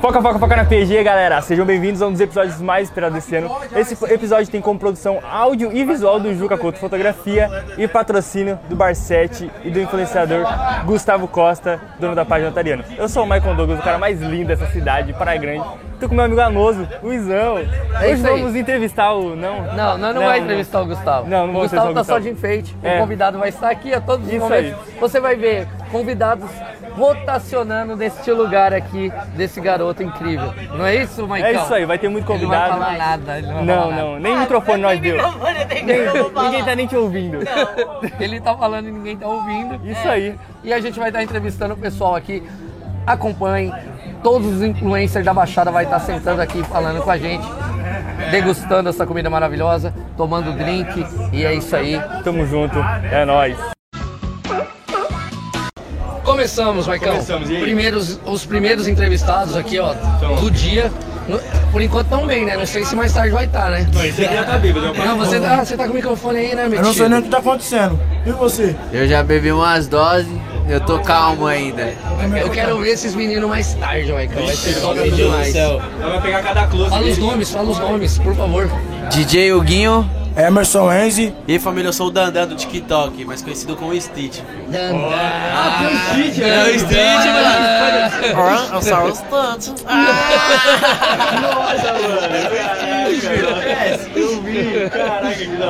Foca, foca, foca na PG, galera. Sejam bem-vindos a um dos episódios mais esperados desse ano. Esse episódio tem como produção áudio e visual do Juca Couto Fotografia e patrocínio do Barset e do influenciador Gustavo Costa, dono da página Otariano. Eu sou o Michael Douglas, o cara mais lindo dessa cidade, Praia Grande. Tô com meu amigo Anoso, Luizão. É Hoje isso aí. vamos entrevistar o... Não, Não, nós não, Não, vai não. entrevistar o Gustavo. Não, não vou o entrevistar Gustavo o tá só Gustavo. de enfeite. É. O convidado vai estar aqui a todos os Isso momentos. Você vai ver convidados rotacionando neste lugar aqui, desse garoto incrível. Não é isso, Maicon? É isso aí, vai ter muito Ele não vai convidado. falar nada. Ele não, vai Não, falar nada. não, nem microfone nós deu. Microfone, eu tenho que eu vou falar. Ninguém tá nem te ouvindo. Ele tá falando e ninguém tá ouvindo. Isso aí. E a gente vai estar entrevistando o pessoal aqui. Acompanhem. Todos os influencers da Baixada vai estar sentando aqui falando com a gente, degustando essa comida maravilhosa, tomando drink. E é isso aí. Tamo junto, é nóis. Começamos, Maicão. Começamos, e aí? Primeiros, os primeiros entrevistados aqui, ó, do dia. No- Por enquanto estão bem, né? Não sei se mais tarde vai estar, né? Esse aqui já tá bêbado, é Não, você, tá- você tá com o microfone aí, né, metido? Eu não sei nem o que tá acontecendo. E você? Eu já bebi umas doses, eu tô calmo ainda. Eu quero ver esses meninos mais tarde, Maicão. Vai ser top demais. Vai pegar cada close. Fala os nomes, fala os nomes, por favor. DJ Huguinho. Emerson Enzi. E aí, família, eu sou o Dandan do TikTok, mais conhecido como Stitch. Ah, tem o Stitch, É o Stitch, mano. eu sou o Stunt. É,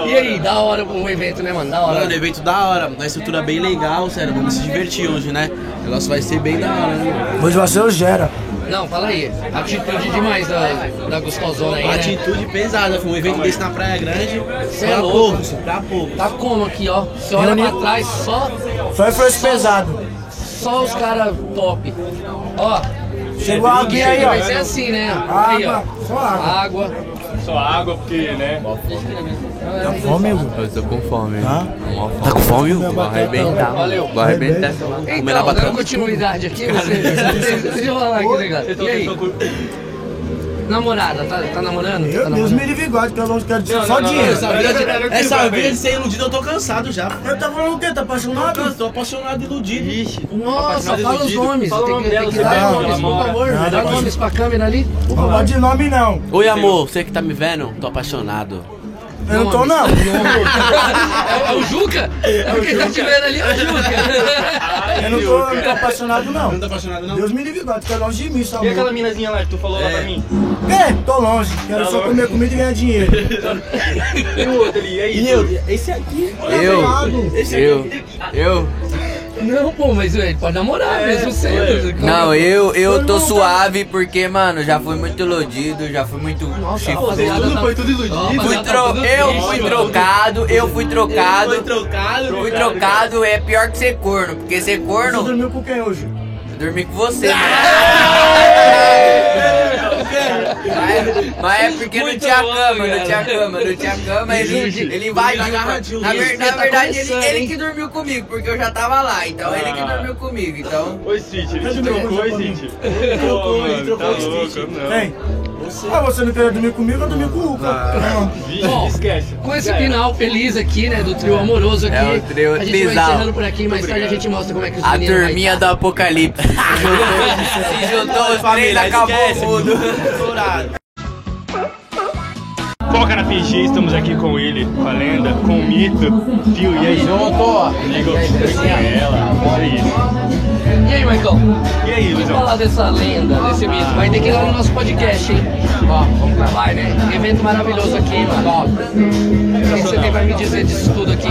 E aí, da hora o evento, né, mano? Da Mano, hora. evento da hora, uma estrutura bem legal, sério, vamos se divertir hoje, né? O negócio vai ser bem da hora, né? Hoje você o Gera. Não, fala aí. Atitude demais da, da gostosona aí, né? Atitude pesada, foi um evento desse na Praia Grande. Cê é pra louco. poucos, pra poucos. Tá como aqui, ó? Você olha pra trás, só Foi first pesado. Só os caras top. Ó, Chegou alguém aí, vai ser ó. assim, né? aí, ó. Água. Só água. Água. Só água, porque, né? Tá com fome, Hugo? Eu tô com fome. Tá? Tá com fome, Hugo? Vou arrebentar. Valeu. Vou arrebentar. Comer na Então, batata. dando continuidade aqui, você- deixa eu falar aqui, negócio. E aí? Namorada, tá, tá namorando? Tá Meu Deus, namorando? me livre God, que eu não quero dizer só dinheiro. Essa vida, de, essa vida de ser iludido, eu tô cansado já. Eu tá falando o quê? Tá apaixonado? Tô apaixonado, iludido. Ixi. tá Nossa, fala os nomes. Fala o Tem nome que, tem dela, que você dar pega nomes, ela, por namora. favor. Nada, Dá pode- nomes pra câmera ali. Não fala de nome, não. Oi, amor, você que tá me vendo? Tô apaixonado. Eu não tô, não. É, o- é o Juca? É o que tá te vendo ali, é o Juca. Eu não tô, eu não tô apaixonado, não. Não tá apaixonado, não? Deus me livre God, que é longe de mim, só E amor. aquela minazinha lá que tu falou lá pra mim? É, tô longe. Quero Tá só comer comida e ganhar dinheiro. E o outro ali, aí? E eu? é Esse aqui. Eu? Eu? Eu? Não, pô, mas ele pode namorar mesmo sendo. Não, eu, eu tô suave porque, mano, já fui muito iludido, já fui muito chifrudo. foi tudo é. iludido. Fui tro- eu fui trocado, tá eu fui trocado. Fui trocado, fui trocado, é pior que ser corno, porque ser Você corno, dormiu com quem hoje? eu dormi com você, mano. Mas, mas é porque não Muito tinha bom, cama, cara. não tinha cama, não tinha cama, ele, ele invadiu. Na, ver- na verdade, ele, tá ele que dormiu comigo, porque eu já tava lá, então ele que dormiu comigo, então. Oi, City, Tá ele te trocou, oi, City. Pô, mano, tá louco, não. Quem? Ah, você não queria dormir comigo, eu dormi com o Hugo. Vixe, esquece. Com esse final feliz aqui, né, do trio amoroso aqui. É, o trio A gente vai trisal. encerrando por aqui, mais tarde a gente mostra como é que os A meninos vai turminha do apocalipse. Se juntou os três, acabou o mundo. Foca na PG, estamos aqui com ele, com a lenda, com o mito. Fio, e aí? Liga com ela, é isso. E aí, Maicon? E aí, Então. Vamos Luizão? falar dessa lenda, desse mito. Vai ter que ir lá no nosso podcast, hein? Ó, vamos pra lá, né? Evento maravilhoso aqui, mano. Ó, O que você tem pra me dizer disso tudo aqui?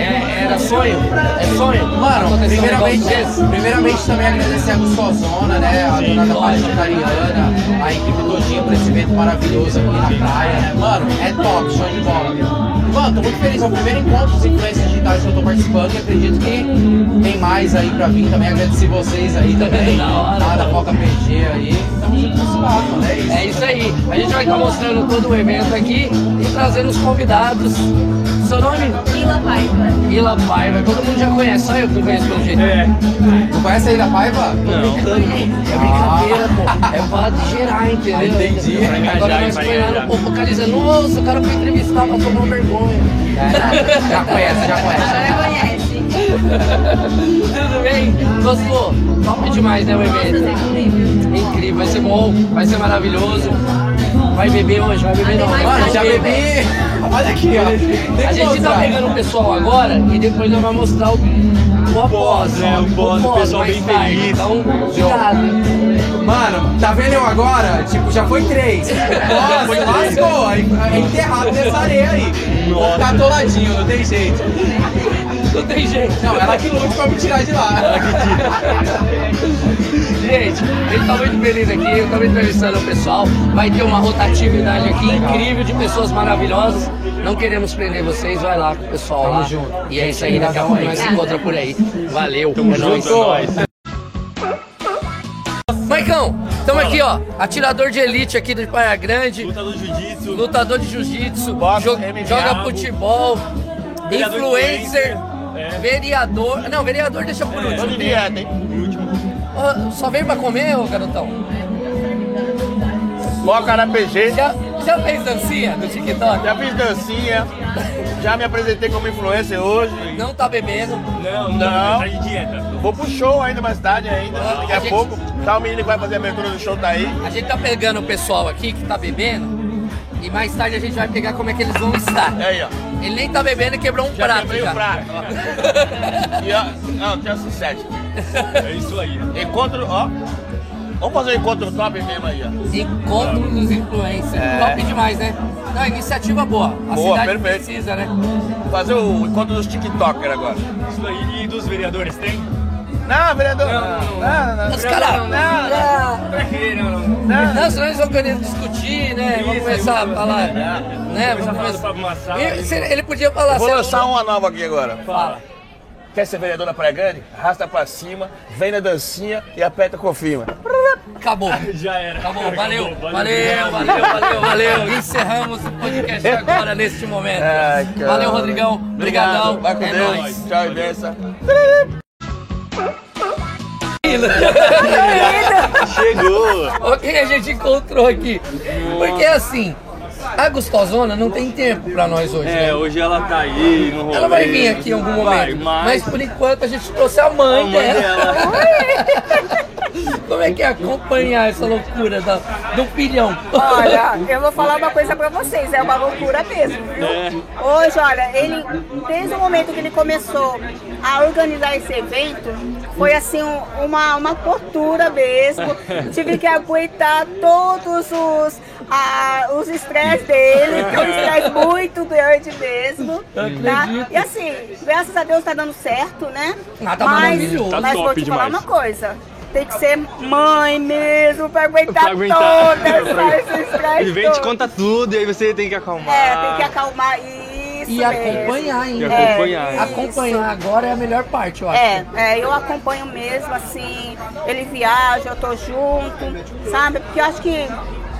É, era sonho? É sonho? Mano, Aconteceu um primeiramente, negócio desse? primeiramente também agradecer é a Gustozona, né? A dona da Paixão Italiana, a equipe todinha por esse evento maravilhoso aqui na praia, né? Mano, é top, show de bola. Mano, tô muito feliz, é o primeiro encontro dos influencers digitais que eu tô participando e acredito que tem mais aí pra vir também. Agradecer vocês aí também, Da hora. lá da Foca PG aí. Tamo junto nesse papo, né? É isso. É isso aí. A gente vai estar mostrando todo o evento aqui e trazendo os convidados. Seu nome? Mila Paiva. Ila Paiva. Todo mundo já conhece, só eu que não conheço pelo jeito. É, Tu conhece aí da Paiva? É brincadeira, pô. É pra gerar, entendeu? Entendi. Agora nós Vai apanhando, Ah, engajar. o povo focalizando. Nossa, o cara foi entrevistar, passou uma vergonha. É, já conhece, já conhece. Agora conhece. Tudo bem? Gostou? Top demais, né, o Nossa, evento? tá incrível. Incrível, vai ser bom, vai ser maravilhoso. Vai beber hoje, vai beber não. Mano, já bebi. Olha aqui, ó. Tem A que gente tá mostrar. pegando o pessoal agora e depois nós vamos mostrar o, o após. né, o pós, o pessoal mais bem tarde. feliz. Então, cuidado. hein? Mano, tá vendo eu agora? Tipo, já foi três. Nossa, lascou. É enterrado nessa areia aí. Vou ficar atoladinho, não tem jeito. Não tem jeito. Não, ela que lute pra me tirar de lá. Gente, ele tá muito feliz aqui, eu tava entrevistando o pessoal. Vai ter uma rotatividade aqui incrível de pessoas maravilhosas. Não queremos prender vocês, vai lá com o pessoal lá. E é isso aí, daqui a pouco nós se encontra por aí. Valeu, Tamo é nóis. nós. Maicão, estamos aqui, ó. Atirador de elite aqui do Praia Grande, Luta do jiu-jitsu. lutador de jiu-jitsu, Boxe, jo- MMA, joga futebol, vereador influencer, influencer, é. vereador. Não, vereador deixa por Tô último. de dieta, hein? E último. Ó, Só vem pra comer, ô garotão? Foca na PG. Já, já fez dancinha no TikTok? Já fiz dancinha. Já me apresentei como influencer hoje. Não tá bebendo. Não, Não. tá de dieta. Vou pro show ainda mais tarde ainda. Ah, Daqui a a gente- pouco. Tá o menino que vai fazer a abertura do show, tá aí. A gente tá pegando o pessoal aqui que tá bebendo. E mais tarde a gente vai pegar como é que eles vão estar. É aí, ó. Ele nem tá bebendo e quebrou um Já prato quebrei já. o prato. E ó, não, tinha sucesso. É isso aí. Encontro, ó. Vamos fazer um encontro top mesmo aí, ó. Encontro dos influencers. É. Top demais, né? Não, iniciativa boa. A Boa, cidade perfeito. precisa, né? Fazer o encontro dos TikToker agora. Isso aí. E dos vereadores tem? Não, vereador. Não, não, não. Os caras. Não, Pra quê? Não, não. É. senão eles vão querer discutir, né? Vamos Isso, começar a isso. falar. É. Né? Começar a falar do Vamos Pablo Massaro. começar. E se- Ele podia falar. é um Vou se- lançar uma nova aqui agora. Fala. Quer ser vereador da Praia Grande? Arrasta pra cima, vem na dancinha e aperta confirma. Acabou. Já era. Tá bom, valeu, valeu, valeu, valeu, valeu. Encerramos o podcast agora, neste momento. Ai, cara. Valeu, Rodrigão. Obrigadão. Vai com é Deus. nóis. Tchau e benção. Chegou. Olha quem a gente encontrou aqui. Porque assim, a Gostosona não tem tempo pra nós hoje. né? É, hoje ela tá aí no rolê. Ela vai vir aqui em algum momento. né? Vai, mas... mas... por enquanto a gente trouxe a mãe, mãe dela. Como é que é acompanhar essa loucura da, do filhão? Olha, eu vou falar uma coisa pra vocês, é uma loucura mesmo, viu? É. Hoje, olha, ele, desde o momento que ele começou a organizar esse evento, foi assim um- uma, uma tortura mesmo. Tive que aguentar todos os, ah, os estresses dele, que é um estresse muito grande mesmo. Tá? E assim, graças a Deus tá dando certo, né? Ah, tá maravilhoso. mas vou te falar uma coisa. Tem que ser mãe mesmo pra aguentar, Pra aguentar. todas essas estresse Ele vem te todo. conta tudo e aí você tem que acalmar. É, tem que acalmar isso. E mesmo. acompanhar ainda. E acompanhar. isso. Acompanhar agora é a melhor parte, eu acho. É, é, eu acompanho mesmo, assim, ele viaja, eu tô junto, sabe? Porque eu acho que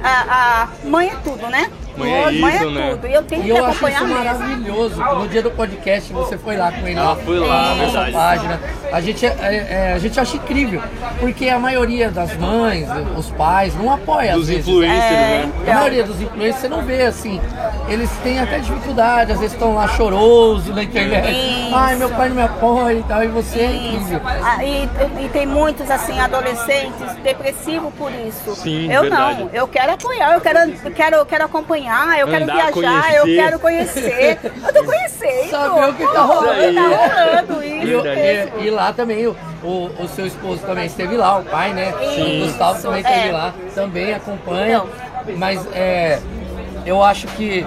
a, a mãe é tudo, né? Mãe é isso, né? tudo. E eu tenho E que eu acho acompanhar isso mesmo. maravilhoso. No dia do podcast você foi lá com ele. Ah, fui na lá, nossa verdade. página. A gente, é- é- é, a gente acha incrível, porque a maioria das mães, os pais, não apoia. às Dos vezes. influencers, É, né? A maioria dos influencers você não vê assim. Eles têm até dificuldade, às vezes estão lá choroso na internet. Isso. Ai, meu pai não me apoia e tal. E você é incrível. Ah, e, e tem muitos assim adolescentes depressivos por isso. Sim, eu verdade. não, eu quero apoiar, eu quero, eu quero, eu quero acompanhar, eu Andar, quero viajar, eu conhecer. quero conhecer. Eu tô conhecendo. Saber o que tá rolando. Tá rolando isso. E, o- mesmo. e- e lá também o, o, o seu esposo também esteve lá, o pai, né? Sim. O Gustavo também esteve É. Então. lá, também acompanha. Mas é, eu acho que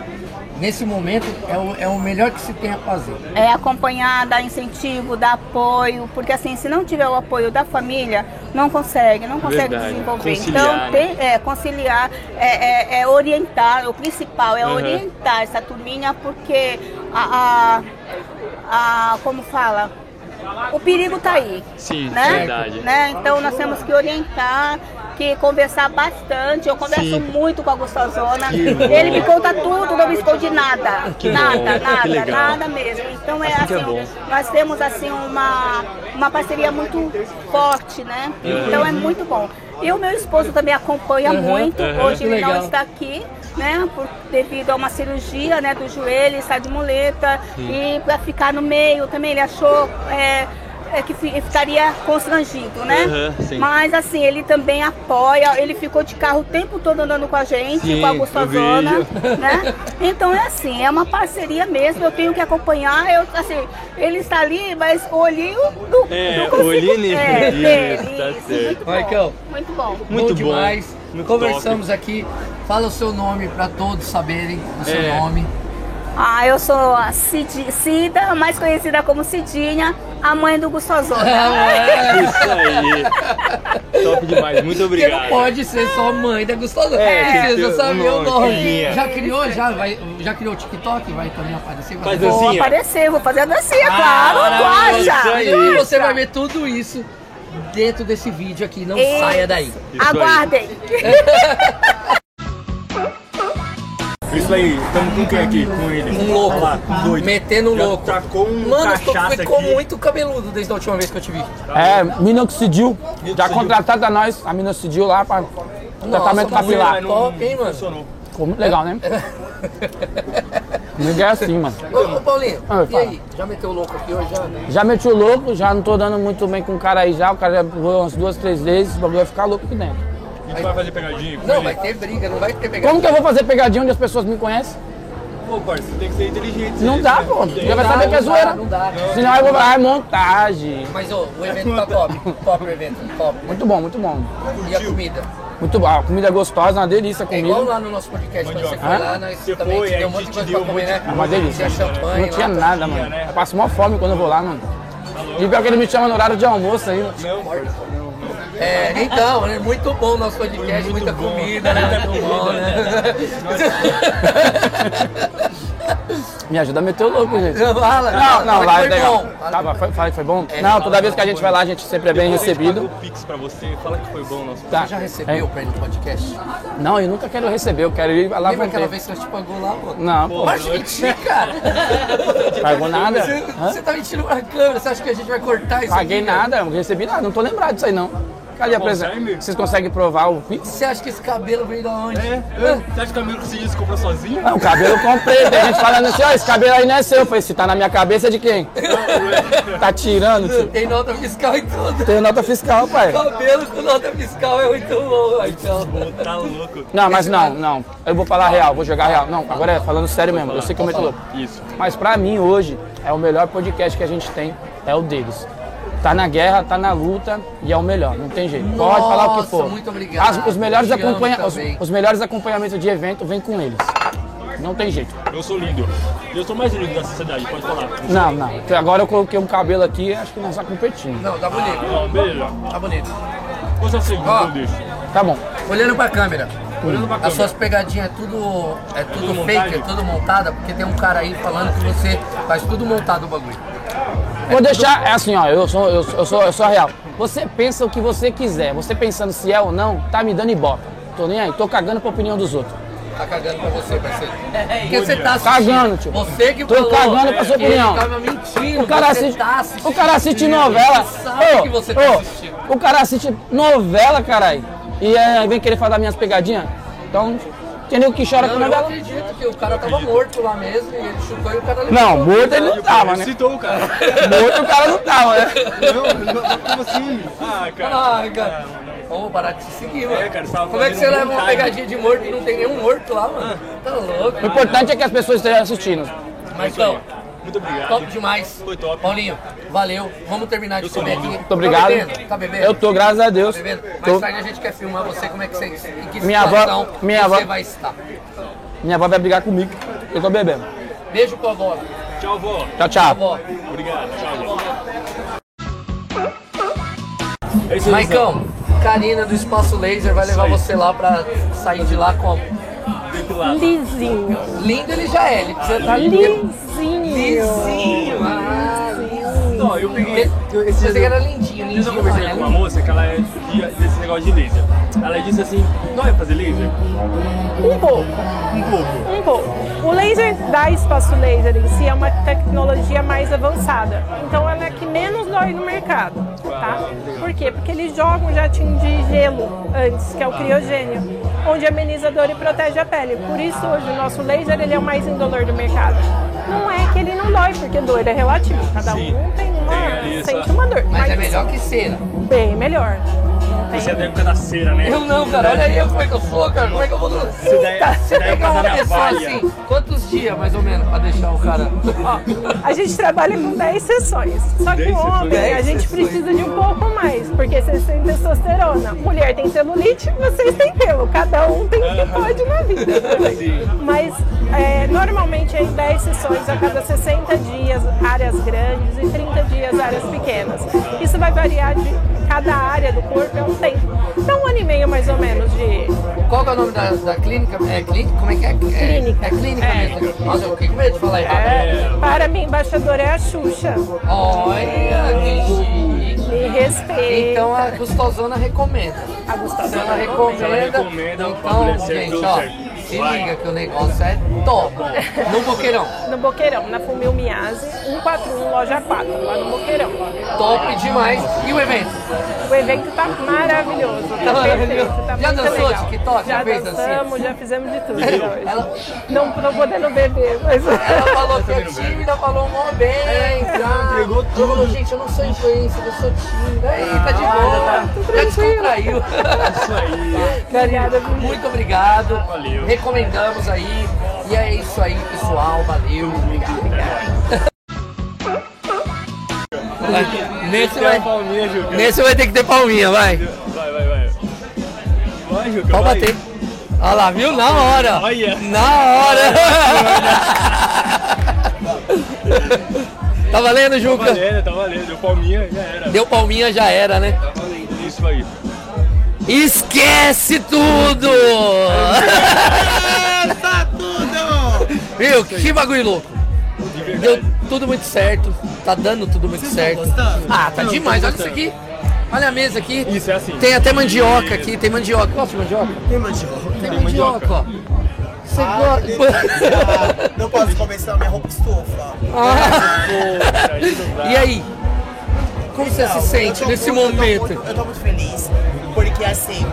nesse momento é o, é o melhor que se tem a fazer. é, acompanhar, dar incentivo, dar apoio, porque assim, se não tiver o apoio da família, não consegue, não consegue Verdade. desenvolver. Conciliar, né? então, tem, é, conciliar, é, é- é orientar, o principal é orientar essa turminha, porque a, a- a- como fala? O perigo tá aí. Sim, né? verdade. Né? Então nós temos que orientar, que conversar bastante. Eu converso Sim. muito com a Gostosona. Que bom. Ele me conta tudo, não me esconde nada. Que nada, bom, que nada, legal. nada mesmo. Então é Assim que assim, é bom. nós temos assim uma, uma parceria muito forte, né? Então é muito bom. E o meu esposo também acompanha muito. Uhum, Hoje que ele não legal. está aqui, né? por- devido a uma cirurgia né, do joelho, está de muleta. E para ficar no meio também, ele achou. é, é que fi- estaria constrangido, né? Uhum, sim. Mas assim, ele também apoia, ele ficou de carro o tempo todo andando com a gente, Sim, com a Gostosona, eu né? Então é assim, é uma parceria mesmo, eu tenho que acompanhar, eu, assim, ele está ali, mas o olhinho do É, não consigo- o olhinho nele. é, né? dele, Tá isso, certo. muito bom, Marcão. Muito bom. Muito bom. demais. Muito Conversamos aqui. Fala o seu nome para todos saberem o seu É. nome. Ah, eu sou a Cid- Cida, mais conhecida como Cidinha, a mãe do Gostosona. É, Isso aí. Top demais, muito Porque não obrigado. pode ser só mãe da Gustavo. É, tem que precisa ter saber um o nome. nomezinho. Já criou? Já, vai, já criou o TikTok? Vai também aparecer? Vai Faz ver. Vou dancinha. aparecer, vou fazer a dancinha, claro, tu maravilha, isso acha? aí. E Você vai ver tudo isso dentro desse vídeo aqui. Não Isso. saia daí. Isso aí. Aguardem. Isso aí, estamos com quem aqui? Com ele. Um louco. Olha lá, doido. Metendo um Já tá louco. tacou um Mano, tu cachaça ficou aqui. muito cabeludo desde a última vez que eu te vi. tá É, minoxidil. Já contratada nós, a minoxidil lá pra tratamento Nossa, capilar. mano, Top, hein, mano? Ficou muito legal, né? Ninguém é assim, mano. Ô, ô, Paulinho, Ah, e fala. aí? Já meteu o louco aqui hoje? Já? Já meti o louco, já não tô dando muito bem com o cara aí já. O cara já pulou umas duas, três vezes, o bagulho vai ficar louco aqui dentro. E tu vai fazer pegadinha com Não, ele? vai ter briga, não vai ter pegadinha. Como que eu vou fazer pegadinha onde as pessoas me conhecem? Pô, parceiro, tem que ser inteligente. Não você- dá, pô. Já vai dá, saber que é não dá, zoeira. não dá. Senão eu vou falar, ah, é montagem. Mas ô, o evento tá top. Top o evento, top. Muito bom, muito bom. E a comida? Muito bom. A comida é gostosa, uma delícia a É igual comida. lá no nosso podcast, quando você Mandioca. foi Hã? lá, nós Você também foi, te deu um aí monte de te coisa deu pra um comer, monte né? de- né? É uma delícia. Tinha champanhe Não tinha lá. nada, mano. Eu passo mó fome quando eu vou lá, mano. Tá E pior que ele me chama no horário de almoço ainda. É, então, né? Muito bom o nosso podcast, muita comida, né? Muito bom, né? Me ajuda a meter o louco, gente. Fala, Não, não, mas lá é foi legal. bom. Fala- É, Tava, foi, falei que foi bom? Não, toda vez que a gente vai lá, a gente sempre é bem recebido. O Pix pra você, fala que foi bom o nosso. Tá. Você já recebeu pra ele no podcast? É. Não, eu nunca quero receber, eu quero ir lá Lembra aquela ver. vez que nós te pagou lá, pô? Não, pô, Mas mentir, cara! pagou nada. Você, Hã? você tá mentindo pra câmera, você acha que a gente vai cortar isso Paguei aqui, nada, eu não recebi nada, não tô lembrado disso aí não. Cadê a presença? Vocês conseguem provar o Pix? Você acha que esse cabelo veio da onde? É? Você acha que o amigo que se disse comprou sozinho? Não, Ah, o cabelo eu comprei, tem gente falando assim, ó, esse cabelo aí não é seu. Eu falei, se tá na minha cabeça é de quem? Tá tirando, tio. Tem nota fiscal e tudo. Tem nota fiscal, pai. Cabelo com nota fiscal é muito bom, então. Tá louco. Não, mas não, não. Eu vou falar real, vou jogar real. Não, agora é falando sério mesmo, eu sei é que eu meto louco. Isso. Mas pra mim hoje é o melhor podcast que a gente tem, é o deles. Tá na guerra, tá na luta e é o melhor, não tem jeito. Pode Nossa, falar o que for. muito obrigado. As- os, melhores Eu te amo acompanha, os, também. os melhores acompanhamentos de evento vêm com eles. Não tem jeito. Eu sou lindo. Eu sou mais lindo da sociedade, pode falar. Não, não. Porque Agora eu coloquei um cabelo aqui, acho que nós tá competindo. Não, tá bonito, Ah, Não, beijo. tá bonito. Hoje é o segundo, Ó. eu deixo. Tá bom. Olhando pra câmera. Olhando pra As câmera. suas pegadinhas é tudo, é tudo, Tudo fake, montagem? é tudo montada, porque tem um cara aí falando que você faz tudo montado o bagulho. Vou deixar, é assim, ó, eu sou, eu, sou- eu sou, eu sou real. Você pensa o que você quiser. Você pensando se é ou não, tá me dando ibope. Tô nem aí, tô cagando pra opinião dos outros. Tá cagando pra você, parceiro. É, Porque você tá assistindo. Cagando, tio. Você que Tô falou. cagando pra sua Ele opinião. tava mentindo. O cara, você assiste, tá assistindo. o cara assiste novela. Você sabe Ô, que você ô, tá assistindo. o cara assiste novela, caralho. E é, vem querer falar minhas pegadinhas. Então, tem nego que chora com Não, eu novela. acredito que o cara tava morto lá mesmo e ele chutou e o cara levantou. Não, morto ele não tava, né? Citou o cara. Morto o cara não tava, né? Ah, cara. Ah, cara. Vamos parar de se seguir, mano. cara, você tava Como é que fazendo você leva uma montagem. Ah. pegadinha de morto e não tem nenhum morto lá, mano? Tá O louco. importante é que as pessoas estejam assistindo. Mas então, É Muito obrigado. top demais. Foi top. Paulinho, valeu. Vamos terminar de comer aqui. Muito obrigado. Tá bebendo? Tá bebendo? Eu tô, graças a Deus. Tá bebendo? Mais Tô. tarde a gente quer filmar você, como é que você... Em que Minha avó- situação minha você avó- vai estar. Minha avó vai brigar comigo. Eu tô bebendo. Beijo pra avó. Tchau, vó. Tchau, tchau. avó. Obrigado. Tchau, vó. É isso aí, Maicão, Karina do Espaço Laser vai levar você lá pra sair de lá com... Lisinho. Lindo ele já é, ele precisa estar lindo. Lisinho. Ah, Não, eu peguei. eu- esse Você dia era é lindinho, Às vezes eu lindinho. conversei com uma moça que ela é de- desse negócio de laser. Ela disse assim, não é fazer laser? é Um pouco. Um pouco. O laser da espaço laser em si é uma tecnologia mais avançada. Então ela é a que menos dói no mercado, tá? Por quê? Porque eles jogam jatinho de gelo antes, que é o criogênio. onde ameniza a dor e protege a pele. Por isso, hoje, o nosso laser ele é o mais indolor do mercado. Não é que ele não dói, porque dor é relativo. Cada um tem uma, sente uma dor. Mas é melhor que cera. Bem melhor. Não tem- Você é da época da cera, né? Eu não, cara. Olha aí eu, como é que eu sou, cara. Como é que eu vou... Você daí- você daí pega uma fazendo a pessoa valia. assim, quantos dias, mais ou menos, pra deixar o cara... A gente trabalha com 10 sessões. Só que o homem, a gente precisa de um pouco mais, porque vocês têm testosterona. Mulher tem celulite, vocês têm pelo. Cada um tem o que pode na vida. Mas é, normalmente é em 10 sessões a cada 60 dias, áreas grandes, e 30 dias, áreas pequenas. Isso vai variar de cada área do corpo, é um tempo. Então, um ano e meio mais ou menos de. Qual que é o nome da, da clínica? É clínica? Como é que é? É- Clínica. É clínica É. mesmo. Nossa, eu fiquei com medo de falar errado. Para mim, embaixadora é a Xuxa. Olha, que chique. Me respeita. Então a Gustosona recomenda. a Gustavo. Ela recomenda. Ela recomenda, então, pra mulher gente, ser ó, tudo se certo. liga que o negócio é top. No boqueirão. No Boqueirão, na Fumil Miase, 141, loja 4, lá no Boqueirão. Top demais. E o evento? O evento tá maravilhoso, Tá tá maravilhoso. perfeito, tá Já muito dançou legal. TikTok? Já Já fez dançamos, dancinha? já fizemos de tudo. hoje. Ela- Não, não podendo beber, mas... É, Ela falou que é tímida, falou mó bem. já. entregou tudo. Falou, gente, eu não sou influencer, eu sou tímida. Aí, tá Ah, de boa. Já descontraiu. Isso aí. Karine, Obrigada, Bruno. muito obrigado. Valeu. Recomendamos aí. E é isso aí, pessoal. Valeu. Vai. Nesse Tem vai, a palminha, Juca. nesse vai ter que ter palminha, vai. Vai, vai, vai. Vai, Juca. Pode vai. bater. Olha lá, viu? Na hora. Olha. Na hora. tá valendo, Tá Juca? valendo, tá valendo. Deu palminha, já era. Deu palminha, já era, né? Tá valendo. Isso aí. Esquece tudo! Tá tudo! Viu? Que bagulho louco. De Deu verdade. tudo muito certo. Tá dando tudo muito certo. gostando? Ah, tá Eu demais. tô Olha isso aqui. Olha a mesa aqui. Isso, é assim. Tem até mandioca aqui. Tem mandioca. Gosta de mandioca? Tem mandioca? Ah, Tem mandioca, ó. Você gosta. Não posso começar minha roupa estofa. Pô, aí não dá. E aí? Como você se Então, eu sente tô nesse muito- eu tô muito- momento? Eu tô muito feliz, porque assim,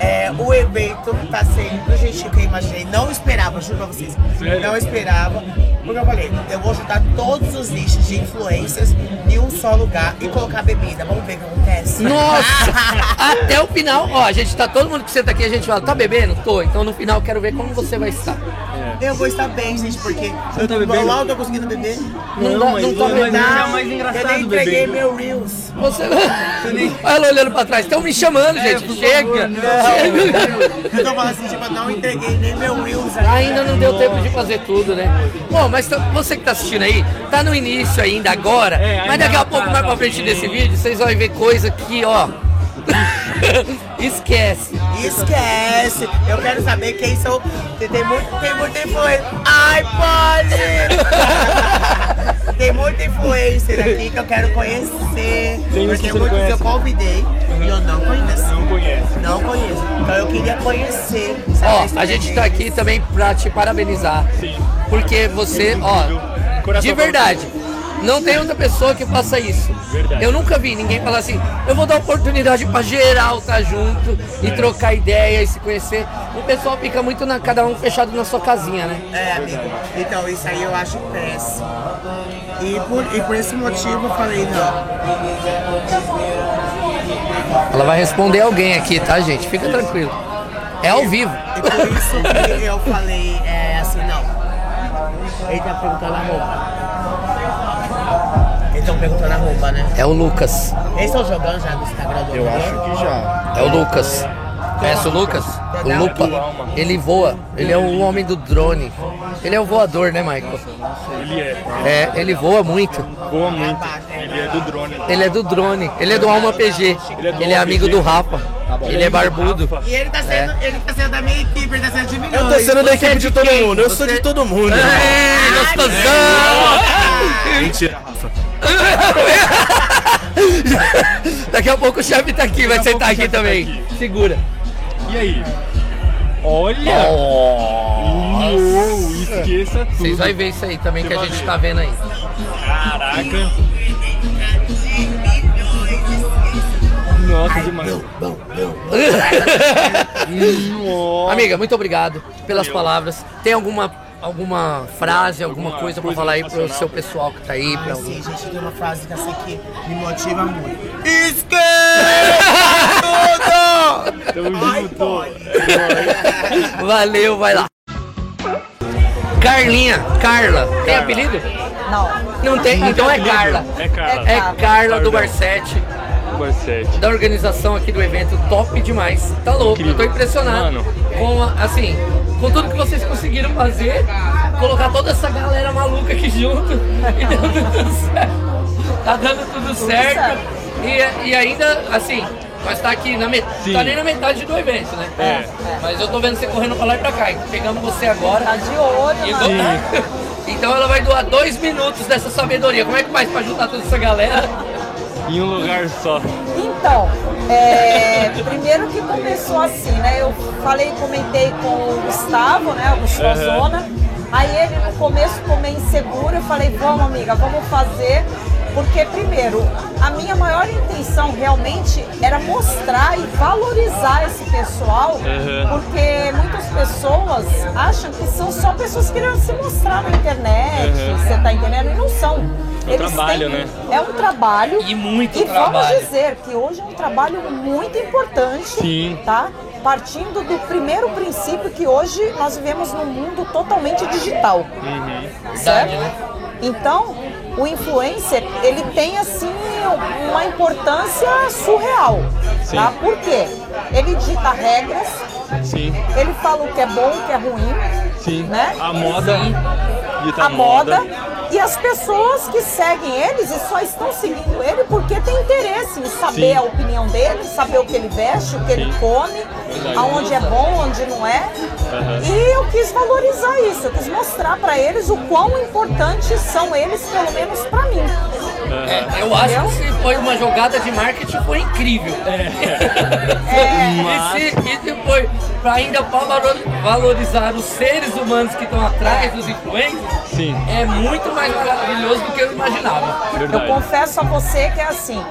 é, o evento tá sendo do jeitinho que eu imaginei. Não esperava, juro pra vocês. Sério? Não esperava. Porque eu falei, eu vou juntar todos os nichos de influencers em um só lugar e colocar bebida. Vamos ver o que acontece. Nossa! Até o final, ó, a gente tá todo mundo que senta aqui, a gente fala, tá bebendo? Tô, então no final eu quero ver como você vai estar. Eu vou estar bem, gente, porque eu tô mal, não tô conseguindo beber. Não, dá- não tá Não bebendo. dá. Eu nem entreguei meu Reels. Você... Olha ela olhando pra trás, estão me chamando, É, gente. Chega! Eu tô falando assim, tipo, não entreguei nem meu Reels. Ainda não deu tempo de fazer tudo, né? Bom, mas t- você que tá assistindo aí, tá no início ainda agora, É, mas ainda daqui tá a pouco, mais pra frente assim. desse vídeo, vocês vão ver coisa que, ó. Esquece. Esquece! Eu quero saber quem são. Tem tem muito, tem muita influência. Ai, pode! tem muita influencer aqui que eu quero conhecer. Tem uns Porque que você não muitos conhece. eu convidei e eu não conheço. Não conhece. Não conheço. Então eu queria conhecer. saber Ó, a sobre gente eles. tá aqui também pra te parabenizar. Sim. Porque você, ó, Coração de pra verdade, não tem outra pessoa que faça isso. Verdade. Eu nunca vi ninguém falar assim, eu vou dar oportunidade pra geral tá junto É. e trocar ideia e se conhecer. O pessoal fica muito na cada um fechado na sua casinha, né? É, amigo. Então, isso aí eu acho péssimo. E por, e por esse motivo eu falei, não. Ela vai responder alguém aqui, tá, gente? Fica tranquilo. É ao vivo. E por isso que eu falei, é, assim, não. Ele tá perguntando a roupa. tá Eles estão perguntando a roupa, né? É o Lucas. Eles estão jogando já no Instagram do Eu acho que É o Lucas. Conhece o Lucas? O Lupa. Ele voa. Ele é o homem do drone. Ele é o voador, né, Michael? Ele é. É, ele voa muito. Boa muito. Ele é do drone. Ele é do drone. Ele é do Alma PG. Ele é do Tá Ele é Alma amigo PG. do Rafa. Ele é barbudo. E ele tá sendo, ele tá sendo da minha equipe, ele tá sendo de é mim. É. Eu tô sendo da equipe de todo é mundo. Eu sou de todo mundo. Ah! Ei, gostosão! Mentira, Rafa. Daqui a pouco o chefe tá aqui, vai Daqui a pouco sentar o aqui chefe tá também. aqui. Segura. E aí? Olha! Uou, esqueça tudo. Vocês vão ver isso aí também que a gente tá vendo aí. Caraca! Nossa, demais. Amiga, muito obrigado pelas palavras. Tem alguma, alguma frase, alguma, coisa pra falar aí pro seu pessoal que tá aí? Pra algum... Sim, gente, tem uma frase que eu sei que me motiva muito. Valeu, vai lá. Carlinha, Carla, tem apelido? Não. Não tem? Então é apelido. Carla. É Carla. É Carla do Barset, Barset. da organização aqui do evento, top demais. Tá louco, eu tô impressionado Mano. com a- assim, com tudo que vocês conseguiram fazer, colocar toda essa galera maluca aqui junto e deu tudo certo. Tá dando tudo certo. E, e ainda, assim, nós tá aqui na metade. Sim. Tá nem na metade do evento, né? É. Mas eu tô vendo você correndo pra lá e pra cá. e Pegamos você agora. Tá de olho, mano. Então ela vai doar dois minutos dessa sabedoria. Como é que faz pra juntar toda essa galera? Em um lugar só. Então, é, primeiro que começou assim, né? Eu falei, comentei com o Gustavo, né? O Gustavo Aham. Zona. Aí ele no começo ficou meio inseguro, eu falei, vamos amiga, vamos fazer. Porque primeiro, a minha maior intenção realmente era mostrar e valorizar esse pessoal, Aham. porque muitas pessoas acham que são só pessoas que querendo se mostrar na internet, Aham. você tá entendendo? E não são. É um trabalho, né? É um trabalho. E muito E trabalho. vamos dizer que hoje é um trabalho muito importante, Sim. tá? Partindo do primeiro princípio que hoje nós vivemos num mundo totalmente digital, Uhum. certo? né? Então, o influencer, ele tem assim uma importância surreal, Sim. tá? Por quê? Ele dita regras, Sim, ele fala o que é bom, o que é ruim, sim. Né? A moda. tá Dita a moda. E as pessoas que seguem eles e só estão seguindo ele porque tem interesse em saber Sim. a opinião dele, saber o que ele veste, o que ele Sim. come, Verdade. aonde é bom, onde não é. Aham. E eu quis valorizar isso, eu quis mostrar pra eles o quão importantes são eles, pelo menos pra mim. É, eu acho que se foi uma jogada de marketing foi incrível. É. Mas- e, se, e se foi pra ainda pra valo- valorizar os seres humanos que estão atrás dos influencers, Sim. é muito mais maravilhoso do que eu imaginava. Eu confesso a você que é assim.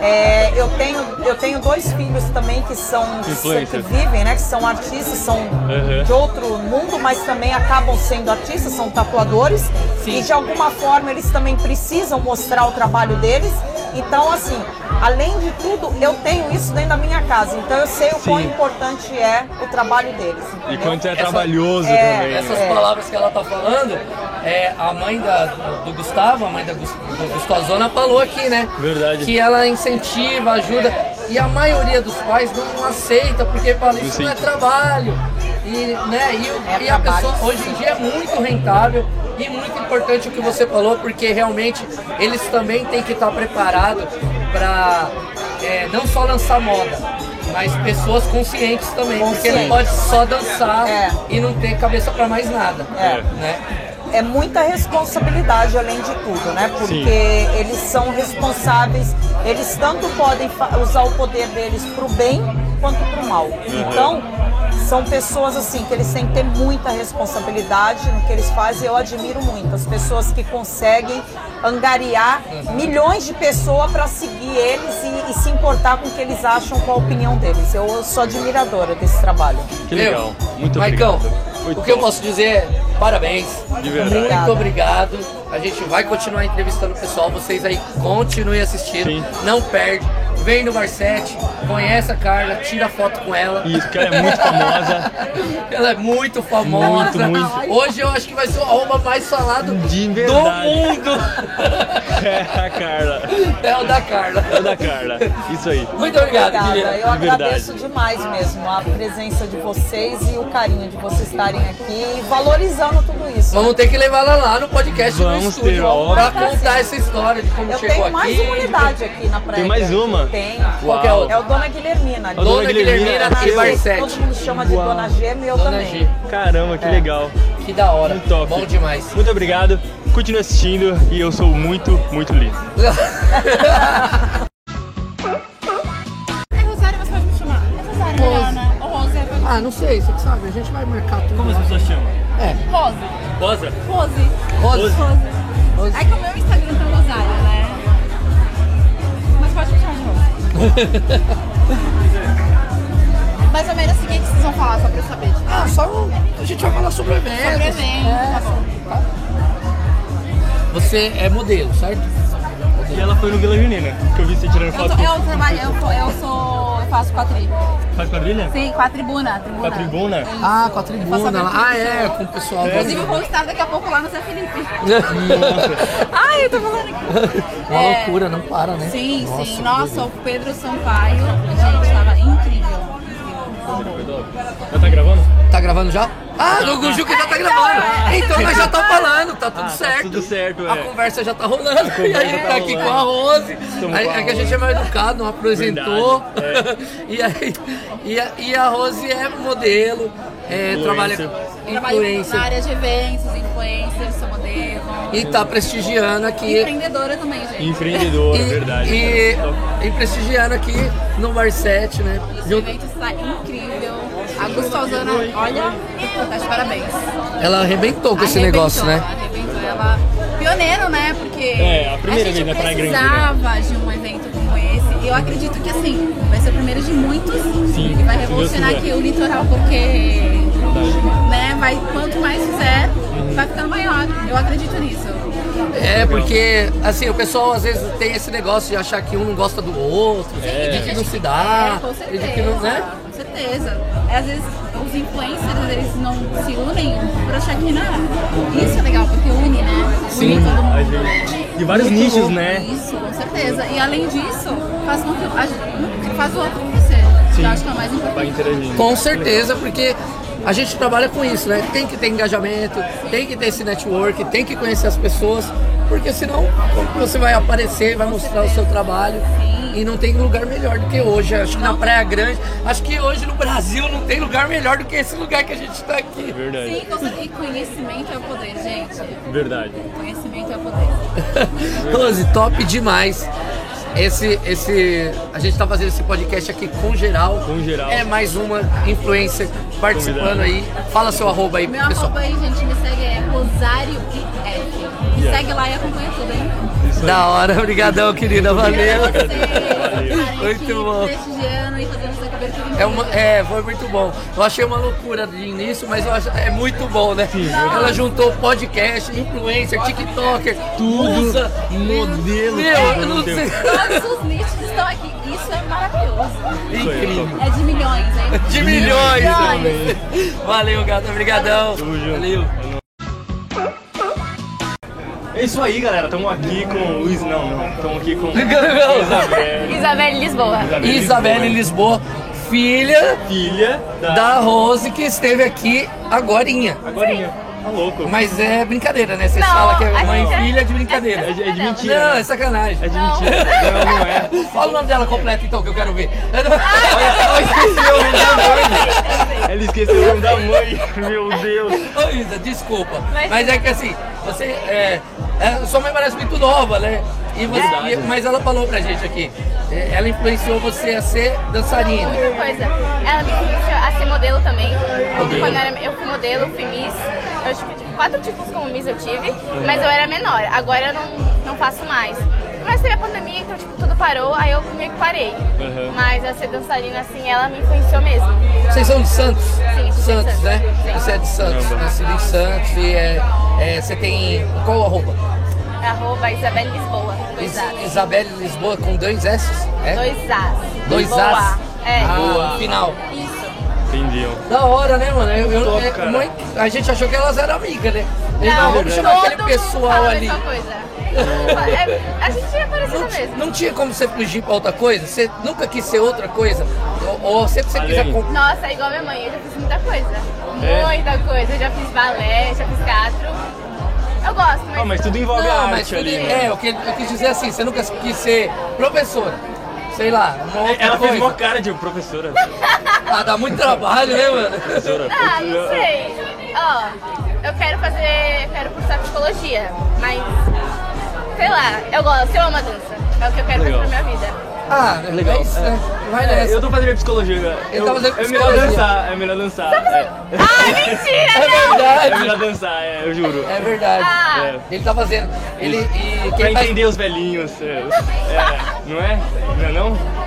é, eu, tenho, eu tenho dois filhos também que são que Influencer. vivem, né? Que são artistas, são Uhum. de outro mundo, mas também acabam sendo artistas, são tatuadores. E de alguma forma eles também precisam mostrar o trabalho deles. Então, assim, além de tudo, eu tenho isso dentro da minha casa. Então eu sei o quão Sim. importante é o trabalho deles. E quanto é trabalhoso é, também. né? Essas palavras que ela tá falando, é, a mãe da- do Gustavo, a mãe da Gus- do Gustozona falou aqui, né? Verdade. que ela incentiva, ajuda. E a maioria dos pais não aceita, porque fala, isso não é trabalho. E, né, e, o- e a trabalho, pessoa hoje em dia é muito rentável e muito importante o que você falou, porque realmente eles também têm que estar preparados para não só lançar moda, mas pessoas conscientes também, porque Conscientes. não pode só dançar e não ter cabeça para mais nada. É. Né? é muita responsabilidade além de tudo, né? Porque Sim. eles são responsáveis, eles tanto podem fa- usar o poder deles para o bem quanto para o mal. Uhum. Então, são pessoas assim que eles têm que ter muita responsabilidade no que eles fazem. Eu admiro muito as pessoas que conseguem angariar Uhum. milhões de pessoas para seguir eles e, e se importar com o que eles acham, com a opinião deles. Eu sou admiradora desse trabalho. Que legal. Muito Maicão, obrigado. o que eu posso dizer é parabéns. De verdade. Muito obrigado. A gente vai continuar entrevistando o pessoal. Vocês aí continuem assistindo. Não perde. Vem no Marcete, conhece a Carla, tira foto com ela. Isso, porque ela é muito famosa. ela é muito famosa. Muito, muito. Hoje eu acho que vai ser o arroba mais falado do verdade. mundo. É a Carla. É o da Carla. É o da Carla. Isso aí. Muito obrigado, Obrigada. Eu De É verdade. agradeço demais mesmo a presença de vocês e o carinho de vocês estarem aqui e valorizando tudo isso. Vamos ter que levar ela lá no podcast no Vamos ter, estúdio ó. pra contar essa história de como Eu chegou tenho mais aqui. uma unidade aqui na praia. mais uma? Tem. Qual que é a outra? É o Dona Guilhermina. Dona Dona Guilhermina Guilhermina de Todo Barset. mundo- Todo mundo chama de Dona G, meu também. Caramba, que É. legal. Que da hora. Muito top. Bom demais. Muito obrigado. Continue assistindo e eu sou muito, muito lindo. É Rosário, você pode me chamar. É Rosário, Rose. Mariana. Ou Rose, é Rose. Ah, não sei, você que sabe, a gente vai marcar tudo. Como as pessoas chamam? É. Rose. Rosa? Rose. Rose. Rose. É que o meu Instagram tá Rosário, né? Mas pode me chamar de Rose. Mais ou menos assim, o seguinte que vocês vão falar, só pra eu saber. Ah, um- só a gente vai falar sobre eventos. Sobre eventos, é. tá bom. Você é modelo, certo? E ela foi no Vila Junina, que eu vi você tirando Eu, foto. sou, Então, eu trabalho, eu, sou- eu sou. Eu faço quadrilha. Faz quadrilha? Sim, com a tribuna. tribuna. Com a tribuna? Isso. Ah, com a tribuna. lá. Ah, é, com o pessoal. Inclusive, eu vou estar daqui a pouco lá no Zé Felipe. Nossa. Ai, eu tô falando aqui. Uma É, loucura, não para, né? Sim, sim. Nossa. Nossa, o Pedro Sampaio, gente, tava incrível. Já tá gravando? Tá gravando já? Ah, o Gujuca já tá gravando. É. Então nós já estamos falando, tá tudo certo. Ah, Tudo certo, é. A conversa já tá rolando e a gente tá aqui com a Rose. Estamos Aí, com a é que a gente Rose. é mais educado, não apresentou. Verdade, é. e, aí, e, a, e a Rose é modelo, é, Influencer. trabalha Trabalho na influencer área de eventos, influencer, sou modelo. e tá prestigiando aqui. Empreendedora também, gente. Empreendedora, verdade. E, e prestigiando aqui no Bar 7, né? Esse Junto- evento está incrível. A Gustosana, olha, tá de parabéns. Ela arrebentou com esse Arrebentou, negócio, né? Arrebentou ela. Pioneiro, né? Porque É, a primeira gente vez na Praia Grande, né? precisava de um evento como esse. E eu acredito que, assim, vai ser o primeiro de muitos. Sim, e vai se Deus revolucionar quiser. aqui o litoral, porque... Verdade. Né, vai, quanto mais fizer, vai ficando maior. Eu acredito nisso. É, porque, assim, o pessoal às vezes tem esse negócio de achar que um não gosta do outro, de que não se dá, É, com de certeza. que não, né? Com certeza. É, Às vezes os influencers eles não se unem por achar que não. Isso é legal, porque une, né? Une todo mundo. E vários Muito nichos, bom. né? Isso, com certeza. E além disso, faz com que a gente- hum, faz o outro acontecer. Sim. Eu acho que é o mais importante. Vai interagindo. Com certeza, porque a gente trabalha com isso, né? Tem que ter engajamento, tem que ter esse network, tem que conhecer as pessoas, porque senão como que você vai aparecer, vai mostrar o seu trabalho e não tem lugar melhor do que hoje. Acho que na Praia Grande, acho que hoje no Brasil não tem lugar melhor do que esse lugar que a gente está aqui. Verdade. um- Sim, com certeza. E conhecimento é o poder, gente. Verdade. Conhecimento é o poder. Rose, top demais. Esse, esse, a gente tá fazendo esse podcast aqui com geral. Com geral. É mais uma influencer participando Convidada. aí. Fala seu arroba aí, Meu pessoal. arroba aí, gente, me segue é Rosário F. Me Yeah. segue lá e acompanha tudo, hein? Da hora, obrigadão, querida. Valeu. Muito bom. prestigiando e fazendo essa cobertura É, uma, é, foi muito bom. Eu achei uma loucura de início, mas eu acho, é muito bom, né? Ela juntou podcast, influencer, TikToker, Tudo musa. modelo. Meu, eu não sei. Todos os nichos estão aqui. Isso é maravilhoso. Isso aí, Incrível. É de milhões, hein? De milhões. Valeu, gato. Obrigadão. Valeu. É isso aí, galera. Estamos aqui com o Luiz. Não, não. Estamos aqui com Isabel. Isabel. Isabel Lisboa. Isabelle Lisboa, filha, filha da... Rose, que esteve aqui agorinha. Agorinha. Tá louco. Mas é brincadeira, né? Vocês Não, falam que é a mãe e gente é- filha de brincadeira. É, de mentira, Não, né? é sacanagem. É de mentira. Não, não é. Fala o nome dela completo então, que eu quero ver. Ela esqueceu o nome da mãe. Ela esqueceu o nome da mãe. Meu Deus. Ô Isa, desculpa. Mas- Mas, é que assim, você. É, é, sua mãe parece muito nova, né? E você- Verdade. e- mas ela falou pra gente aqui. é, Ela influenciou você a ser dançarina. Outra coisa, é. ela me influenciou a ser modelo também. Quando eu, era- eu fui modelo, fui Miss. Eu tive tipo, quatro títulos como Miss eu tive, mas eu era menor. Agora eu não, não faço mais. Mas teve a pandemia, então tipo, tudo parou, aí eu meio que parei. Uhum. Mas a ser dançarina, assim, ela me influenciou mesmo. Vocês são de Santos? Sim, sou de Santos, Santos, né? sim. Você é de Santos, Caramba. nascido em Santos e é, é, você tem. Qual a roupa? Arroba Isabelle Lisboa. Dois As. Isabelle Lisboa com dois S? É? Dois As. Dois Lisboa. As? É. Ah, Boa. final. Isso. Entendi. Da hora, né, mano? Eu, eu- Top, é, cara. mãe- a gente achou que elas eram amigas, né? Eles, Não, não, vamos chamar todo aquele mundo pessoal fala a ali. mesma coisa. Todo mundo fala- é, a gente ia parecida Não, ti- mesmo. não tinha como você fugir pra outra coisa? Você nunca quis ser outra coisa? Ou, ou sempre você quiser. com- Nossa, é igual minha mãe, eu já fiz muita coisa. É? Muita coisa. Eu já fiz balé, já fiz teatro. Eu gosto, mas. Ah, mas tudo envolve Não, a mas arte tudo- ali, né? É, eu, que- eu quis dizer assim, você nunca quis ser professora. Sei lá, uma outra É, Ela coisa. fez uma cara de professora. Ah, dá muito trabalho, né, mano? Professora. Ah, não sei. Ó, eu quero fazer. Quero cursar psicologia, mas. Sei lá, eu gosto, eu amo a dança. É o que eu quero Legal. fazer pra minha vida. Ah, é legal. isso, né? Vai É, nessa. eu tô fazendo minha psicologia. cara. Ele Eu- tá fazendo É melhor psicologia. dançar, é melhor dançar. É, Ai, Tá Ah, mentira! É verdade. é melhor dançar, é, eu juro. É verdade. Ah. Ele tá fazendo. Ele, e pra quem faz- Tá entender os velhinhos. É, é, não é? Não é não?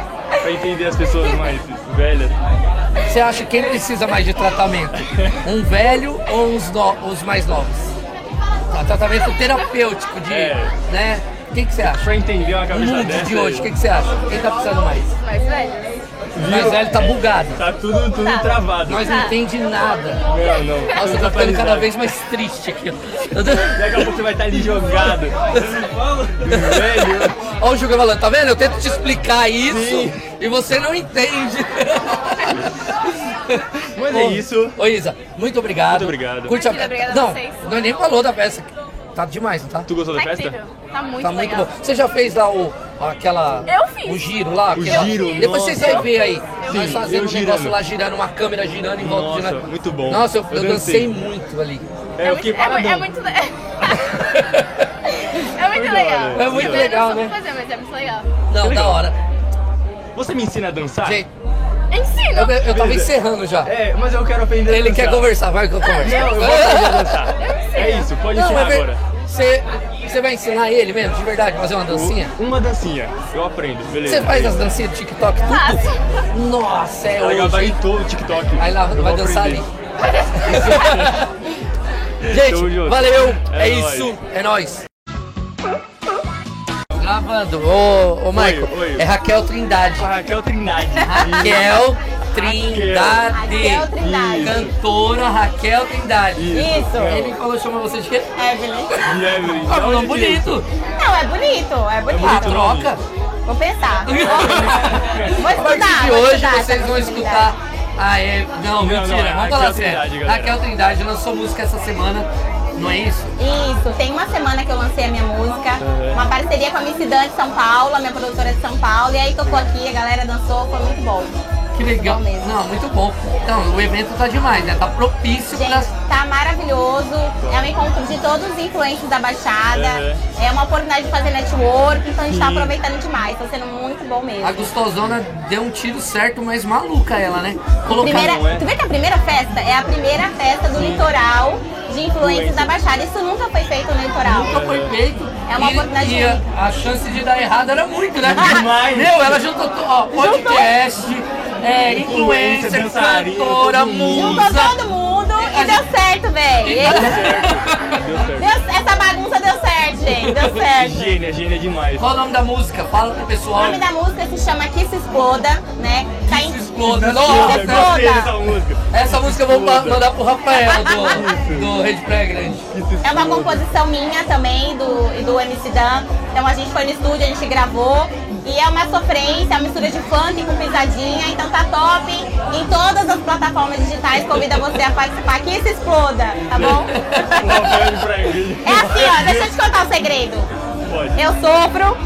pra entender as pessoas mais velhas. Você acha quem precisa mais de tratamento? Um velho ou os, no- os mais novos? Um tratamento terapêutico de. É. né? O que, que você acha? Pra entender uma O cabeça mundo dessa. de hoje, o que, que você acha? Quem tá precisando mais? Mais velho. O mais velho tá bugado. Tá tudo, tudo Tá. travado. Nós não entende nada. Ah. Não, não. Não Nossa, eu tô tá ficando cada atualizado. vez mais triste aqui. Daqui a pouco você vai tá estar ali jogado. Velho. Olha o Juca falando, tá vendo? Eu tento te explicar isso e você não entende. Mas é isso. Ô Isa, muito obrigado. Muito obrigado. Curte a... Imagina, obrigada a Não, vocês. nós nem falou da festa. Tá demais, não tá? Tu gostou Tá incrível. Tá muito Tá muito legal. bom. Você já fez lá o, aquela. Eu fiz. O giro lá? O aquela- giro, Depois nossa. vocês vão ver aí. Eu Nós fiz. fazendo Eu um negócio girando. lá, girando uma câmera, girando em volta. Nossa, girando. muito bom. Nossa, eu, Eu eu dancei. dancei muito ali. É o que é, mu- paradão. é muito le- É muito legal. É muito Eu legal, não sei né? fazer, mas é muito legal. Não, da hora. Você me ensina a dançar? Gente, Ensina. eu, eu tava Beleza. encerrando já. É, mas eu quero aprender a Ele dançar. quer conversar, vai que eu converso. Não, eu vou aprender a dançar. É isso, pode Não, ensinar mas agora. Você, você vai ensinar ele mesmo, de verdade, fazer uma dancinha? Uma dancinha. Eu aprendo, beleza. Tá Você faz as dancinhas do TikTok tudo? Nossa, é Ela hoje. hein? gabaritou o TikTok. Aí lá Eu vai vou dançar aprender. ali. Gente, Tamo junto. valeu. É, É nóis. isso. É nóis. Gravando. Ô, ô Michael, oi. é Raquel Trindade. A Raquel Trindade. Raquel Trindade. Raquel Trindade. Cantora Raquel Trindade. Isso. Ele falou, chama você de quê? Evelyn. E Evelyn. Ah, da nome onde é veio? bonito. é Não, é bonito, é bonito. Ah, troca. Vou pensar. Vou A partir estudar. de vou hoje estudar essa vocês vão escutar a Eve. Não, Não, mentira, não, é vamos Raquel falar Trindade, sério. galera. Raquel Trindade lançou música essa semana, não é isso? Isso, tem uma semana que eu lancei a minha música, É. uma parceria com a Miss Dan de São Paulo, a minha produtora de São Paulo, e aí tocou aqui, a galera dançou, foi muito bom. Que legal. Muito bom mesmo. Não, muito bom. Então, o evento tá demais, né? Tá propício pra. Gente, tá maravilhoso, é um encontro de todos os influentes da Baixada, é uma oportunidade de fazer network, então a gente tá aproveitando demais, tá sendo muito bom mesmo. A Gostosona deu um tiro certo, mas maluca ela, né? Colocar Primeira, não é? Tu vê que a primeira festa é a primeira festa do litoral de influentes da Baixada, isso nunca foi feito no litoral. Nunca foi feito. É uma E- oportunidade E a, única. a chance de dar errado era muito, né? Demais. Meu, ela juntou to- ó, podcast, é, Influencer, influencer, dançarina, cantora, todo mundo. musa. É, Juntou todo mundo e deu certo, Então- velho. Deu certo. Deu- essa bagunça deu certo, gente. Deu certo. Gênia, gênia demais. Qual o nome da música? Fala pro O pessoal. nome da música se chama Que Se Exploda, né? Tá em... Se Exploda. Nossa, Eu gostei foda. dessa música. Essa música eu vou ma- mandar pro Rafael do, do Rede Praia Grande. É uma composição minha também, do, e do MC Dan. Então a gente foi no estúdio, a gente gravou. E é uma sofrência, é uma mistura de funk com pisadinha. Então tá top. Em todas as plataformas digitais, convido você a participar. Que se exploda, tá bom? O Rafael de Praia Grande. É assim, ó, deixa eu te contar um segredo. Pode. Eu sofro,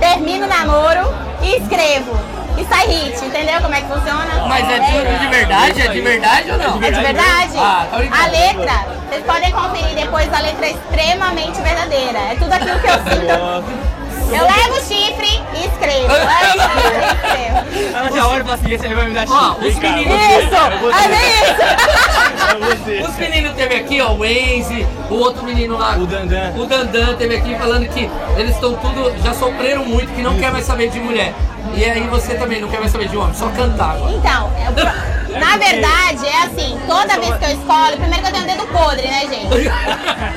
termino o namoro e escrevo. E sai hit, entendeu como é que funciona? Mas é de, de verdade? É de verdade ou não? É de verdade? Ah, tá brincando. a letra, vocês podem conferir depois, a letra é extremamente verdadeira. É tudo aquilo que eu sinto. Eu levo o chifre e escrevo. É Levo o chifre e escrevo. Ela já olha e fala assim, esse aí vai me dar Ó, chifre. os Vem cá, meninos- você, Isso! é você. É bem isso! É você. Os meninos teve aqui, ó, o Waze, o outro menino lá. O Dandan. O Dandan teve aqui falando que eles estão tudo. já sofreram muito, que não quer mais saber de mulher. E aí você também não quer mais saber de homem, só cantar agora. Então, eu pro- na verdade, é assim, toda vez que eu escolho, primeiro que eu tenho dedo podre, né, gente?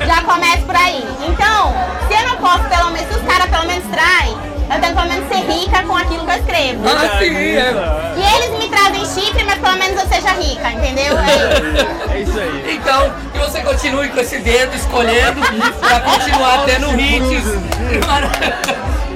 Já começa por aí. Então, se eu não posso, pelo menos, se os caras pelo menos traem, eu tenho que pelo menos ser rica com aquilo que eu escrevo. Ah, sim, é. E eles me trazem chifre, mas pelo menos eu seja rica, entendeu? É isso. É isso aí. Então, que você continue com esse dedo escolhendo pra continuar tendo hits.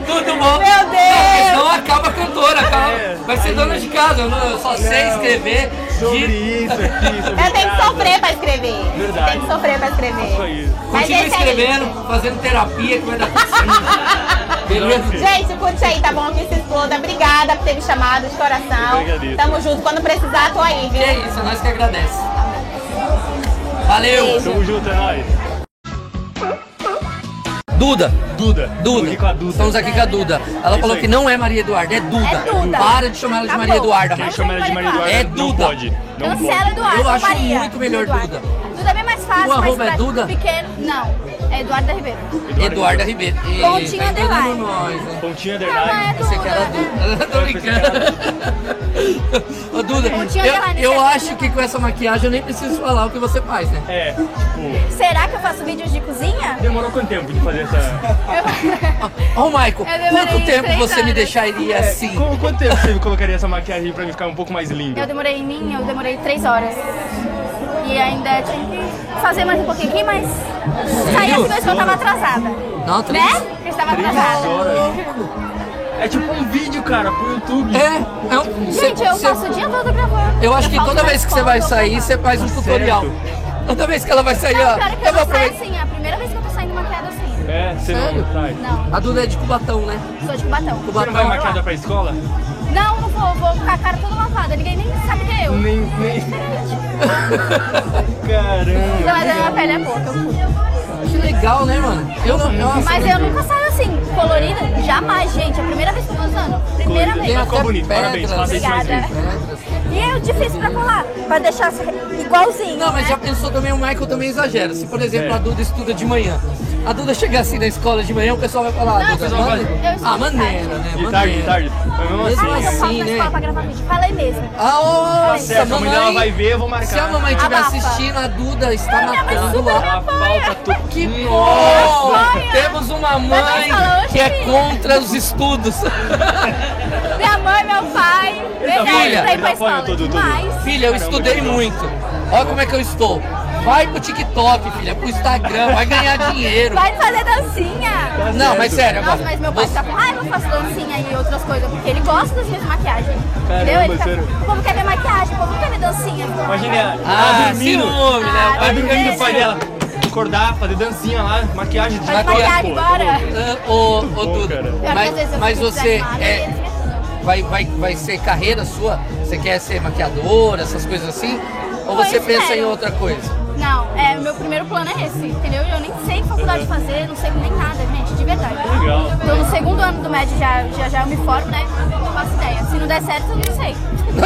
Tudo bom? Meu Deus! Não, senão acaba a cantora, acaba. É, Vai ser dona de casa, eu, não- eu só sei escrever. Sobre de- isso aqui, sobre Eu tenho que casa. sofrer pra escrever. Verdade. Tem que sofrer pra Isso escrever. aí. Mas Continua esse é escrevendo, fazendo terapia que vai dar tudo certo. Beleza? Gente, curte aí, tá bom? Que se exploda. Obrigada por ter me chamado de coração. Eu que agradeço. Tamo junto. Quando precisar, tô aí, E viu? é isso, nós que agradece. Valeu! Tamo junto, é nóis. Duda! Duda. Duda. Tô aqui com a Duda. Estamos aqui com a Duda. Ela É falou isso aí. que não é Maria Eduarda, é Duda. É Duda. Para de chamar ela de Acabou. Maria Eduarda, Quem mas chama ela de Maria Eduarda É não Duda. pode. Não Cancela pode. Eduardo. Eu acho Maria. muito melhor Duda. Duda é bem mais fácil, O arroba mas é pra Duda? pequeno, não. É Eduarda Ribeiro. Eduarda Ribeiro. Ih, Pontinho tá enganando underline. nós, né? Pontinha Não, é Duda. Você que né? era Duda. Tô brincando. Ô Duda, Pontinho underline, eu, eu certo? acho que com essa maquiagem eu nem preciso falar o que você faz, né? É, tipo... Será que eu faço vídeos de cozinha? Demorou quanto tempo de fazer essa... Ô, Maico, Eu demorei quanto tempo três você me horas. deixaria assim? Como, É, quanto tempo você colocaria essa maquiagem pra mim ficar um pouco mais linda? Eu demorei em mim, eu demorei três horas. E ainda tinha que fazer mais um pouquinho aqui, mas saí assim mesmo que eu tava atrasada. Não, três- Né? Eu estava três atrasada. horas. É tipo um vídeo, cara, pro YouTube. É, é um... Gente, eu cê- passo o dia todo gravando. Eu acho que falo toda pra vez que você escola, vai eu sair, você faz Tá um tutorial. Toda vez que ela vai sair, Não, ó. pior é que eu Eu vou não saio aproveitar. assim. É a primeira vez que eu tô saindo maquiada assim. É, você Sério? não sai. Não, A Duda é de Cubatão, né? sou de Cubatão. Você não vai maquiada pra escola? Não, não vou. Vou com a cara toda lavada. Ninguém nem sabe quem é eu. Nem, nem. Não, Caramba. mas a minha pele é boa, que eu curto. Que legal, né, mano? Eu é não. Nossa, Mas eu nunca saio assim, colorida. Jamais, gente. É a primeira vez que eu tô usando. Primeira Tem vez. até Ficou bonito, pedras. parabéns. Faça isso mais Obrigada. vezes. E é difícil pra colar, pra deixar igualzinho. né? Não, mas já pensou também, o Michael também exagera. Se, por exemplo, É. a Duda estuda de manhã. A Duda chega assim na escola de manhã, o pessoal vai falar, Não, ah, Duda, eu mane- estudo tarde. Ah, maneira, né? De tarde, de maneira. tarde. Mas mesmo Mesmo assim. Eu faço assim, na escola pra né? gravar vídeo. Fala aí mesmo. Ah, Tá Nossa, certo, a mãe dela vai mamãe. ver, eu vou marcar. Se a mamãe estiver Abafa. assistindo, a Duda está minha mãe matando super a Ela falta tudo. Que bom! Nossa! Temos Minha uma mãe mãe falou hoje que é que- contra os estudos. Minha mãe, meu pai. Verdade, apoiam, tá aí eles pra apoiam escola. tudo, tudo. Demais. filha, eu estudei muito. Olha como é que eu estou. Vai pro TikTok, filha, pro Instagram, vai ganhar dinheiro. Vai fazer Tá dancinha. Não, mas sério, Nossa, agora. mas meu pai tá com raiva, eu faço dancinha e outras coisas, porque ele gosta das minhas maquiagens. Entendeu? Ele sério. fica, o povo quer ver maquiagem, o povo não quer ver dancinha. Imagina ela, Ah, ela dormindo. ciúme, Ah, né? Ela dormindo o Vai pai dela. Acordar, fazer dancinha lá, maquiagem de Faz maquiagem, bora. Ah, Ô, ô, bom, Duda, cara. Pior que às vezes mas, eu mas fico você desanimada, e é, eles me ajudam. vai, vai, vai ser carreira sua? Você quer ser maquiadora, essas coisas assim? Ou Eu você pensa em espero. outra coisa? Não, é, meu primeiro plano é esse, entendeu? Eu nem sei que faculdade fazer, não sei nem nada, gente, de verdade. Legal. Tô no segundo ano do médio, já, já, já eu me formo, né? Não faço ideia. Se não der certo, eu não sei.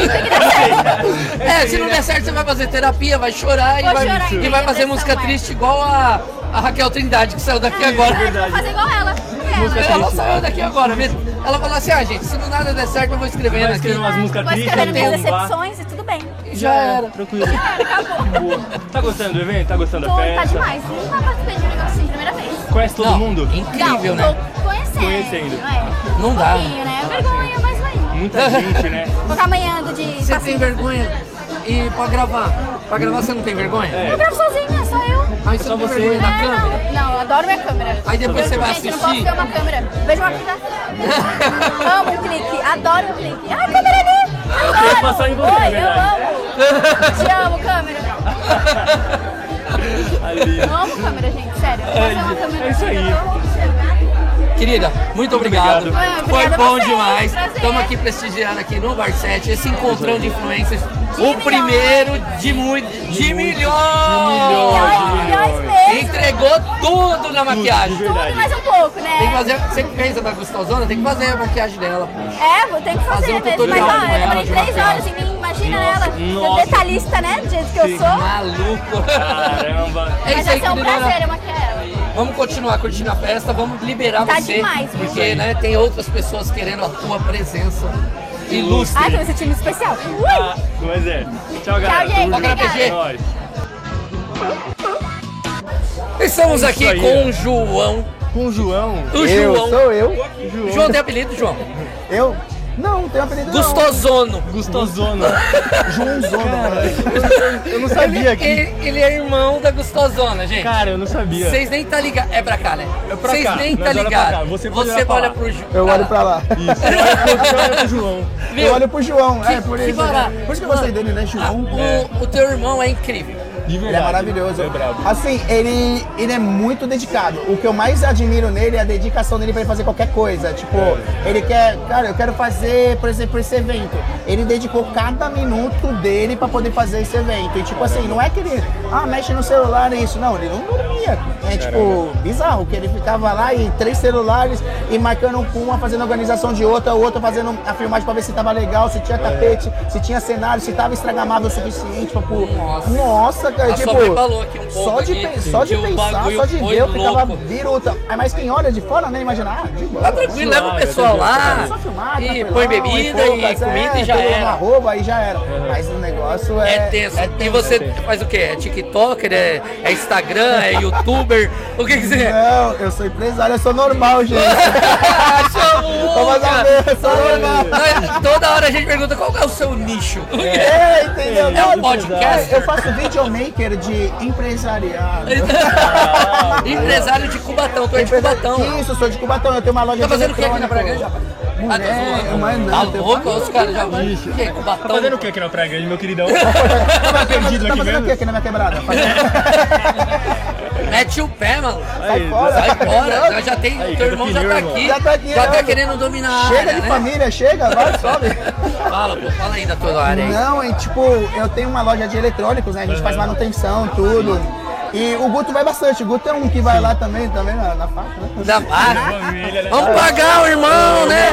Tem que dar certo. É, se não der certo, você vai fazer terapia, vai chorar e Vou vai, chorar, e que vai nem fazer depressão, música é. triste igual a, a Raquel Trindade, que saiu daqui É, agora. vou fazer igual ela. Música ela. Ela saiu daqui agora né? mesmo. Ela falou assim, ah gente, se não nada der certo, eu vou escrevendo Vai aqui. escrever umas músicas Vou tristes, um escrevendo minhas bombar. decepções e tudo bem. um Já era. É, Tranquilo. Boa. Tá gostando do evento? Tá gostando Tô, da tá festa? demais. Nunca participei de um negócio assim, primeira vez. Conhece todo Não, mundo? Incrível, não, né? Tô conhecendo. Conhecendo. É. Não Um dá. pouquinho, né? Vergonha, mas vai. Muita gente, né? Vou ficar amanhã de Você tem passeio. vergonha? E pra gravar? Pra gravar você não tem vergonha? É. Eu gravo sozinha, só eu. Aí você só não tem você. vergonha da É, câmera? não, não, eu adoro minha câmera. Aí depois você vai Gente, eu não posso assistir. ver uma câmera. Vejo uma clique. amo o clique, adoro o clique. Ah, a câmera ali! Adoro! passar em você, Oi, na eu verdade. amo! Te amo, câmera. Ali. Eu amo câmera, gente, sério. Fazer uma câmera É isso aí. Querida, muito obrigado. obrigado. Foi Ah, Obrigada a bom vocês, demais. prazer. Estamos aqui prestigiando aqui no Bar 7 esse encontrão de influências. O milhões. primeiro de muito de milhões. Milhões, milhões mesmo. Entregou tudo na maquiagem. Tudo mais um pouco, né? Tem que fazer, você que pensa da Gostosona, tem que fazer a maquiagem dela. É, vou ter que fazer Fazer mesmo. um Mas tutorial ó, com eu ela demorei de três maquiagem. horas em mim, imagina ela. Eu nossa. detalhista, né? Do jeito que eu sou. Maluco. Caramba. É Mas isso aí, vai ser um querida. prazer eu maquiar ela. Vamos continuar curtindo a festa, vamos liberar Tá você. demais, viu? porque né, tem outras pessoas querendo a tua presença ilustre. Ai, Ah, tem esse time especial. Uh! Ui! Ah, Mas é. Tchau, galera. gente. Tamo junto. Obrigada. É nóis. Estamos É isso aqui aí, com ó. o João. Com o João. O eu, João. Sou eu. O João tem apelido, João? Eu? Não, não tenho apelido Gostosono. Gostosona. não. Joãozona, cara. né? Eu não sabia que. Ele, ele é irmão da Gostosona, gente. Cara, eu não sabia. Vocês nem tá ligado. É pra cá, né? É pra Vocês cá, nem nós tá olha pra cá, ligado. você pode Você olhar pra olha lá. pro Ju- Eu olho pra lá. Isso. Eu olho pro João. Viu? Eu olho pro João. É, por que isso. barato. Por isso que eu gostei dele, né, João? O, o teu irmão é incrível. De verdade. Ele é maravilhoso. É brabo. Assim, ele, ele é muito dedicado. O que eu mais admiro nele é a dedicação dele pra ele fazer qualquer coisa. Tipo, É. ele quer, cara, eu quero fazer, por exemplo, esse evento. Ele dedicou cada minuto dele pra poder fazer esse evento. E tipo assim, não é que ele, ah, mexe no celular e isso. Não, ele não dormia. É tipo, bizarro, que ele ficava lá e três celulares e marcando um com uma, fazendo a organização de outra, o outro fazendo a filmagem pra ver se É. tava legal, se tinha tapete, se tinha cenário, se tava estragamável o suficiente pra pôr. Nossa. Nossa, cara, A tipo, sobrebalou aqui um pouco só de, aqui, pen- só de que o pensar, bagulho só de foi ver, eu ficava louco. biruta. Ah, Mas quem olha de fora, né, imaginar, ah, de boa. Tá tranquilo, leva o pessoal lá, Só filmar, e tranquilão, põe bebida, poucas, e comida é, e já tem era. Uma roupa e já era. Mas o negócio é... É tenso. E você faz o quê? É TikToker? É, é Instagram? É youtuber? O que que você é? Não, eu sou empresário, eu sou normal, gente. Tô mais ou menos, sou normal. Nós- é, Toda hora a gente pergunta qual que é o seu nicho. É, entendeu? É um Não, podcast. Eu faço videomaker de empresariado. Empresário de Cubatão, tu é de Cubatão. Isso, sou de Cubatão, eu tenho uma loja Tá de fazendo o que aqui na eletrônico. Bragança? Mulher, zoando. mas não, É, Tá tem- louco? Olha Os caras já vão. Que é Tá Cubatão? fazendo o que aqui na Praia Grande, meu queridão? tá perdido Tá aqui fazendo o que mesmo? aqui na minha quebrada? Mete o pé, mano. Sai fora. Sai fora. Já, já tem, teu irmão já tá aqui. Já tá aqui, Já tá né? querendo dominar a Chega área, de né? família, chega, vai, sobe. Fala, pô. Fala aí da tua área aí. Não, é tipo, eu tenho uma loja de eletrônicos, né? A gente faz manutenção, tudo. E o Guto vai bastante. O Guto é um que vai lá também, também na, na faca, né? Da né? faca. é. Vamos pagar o irmão, né?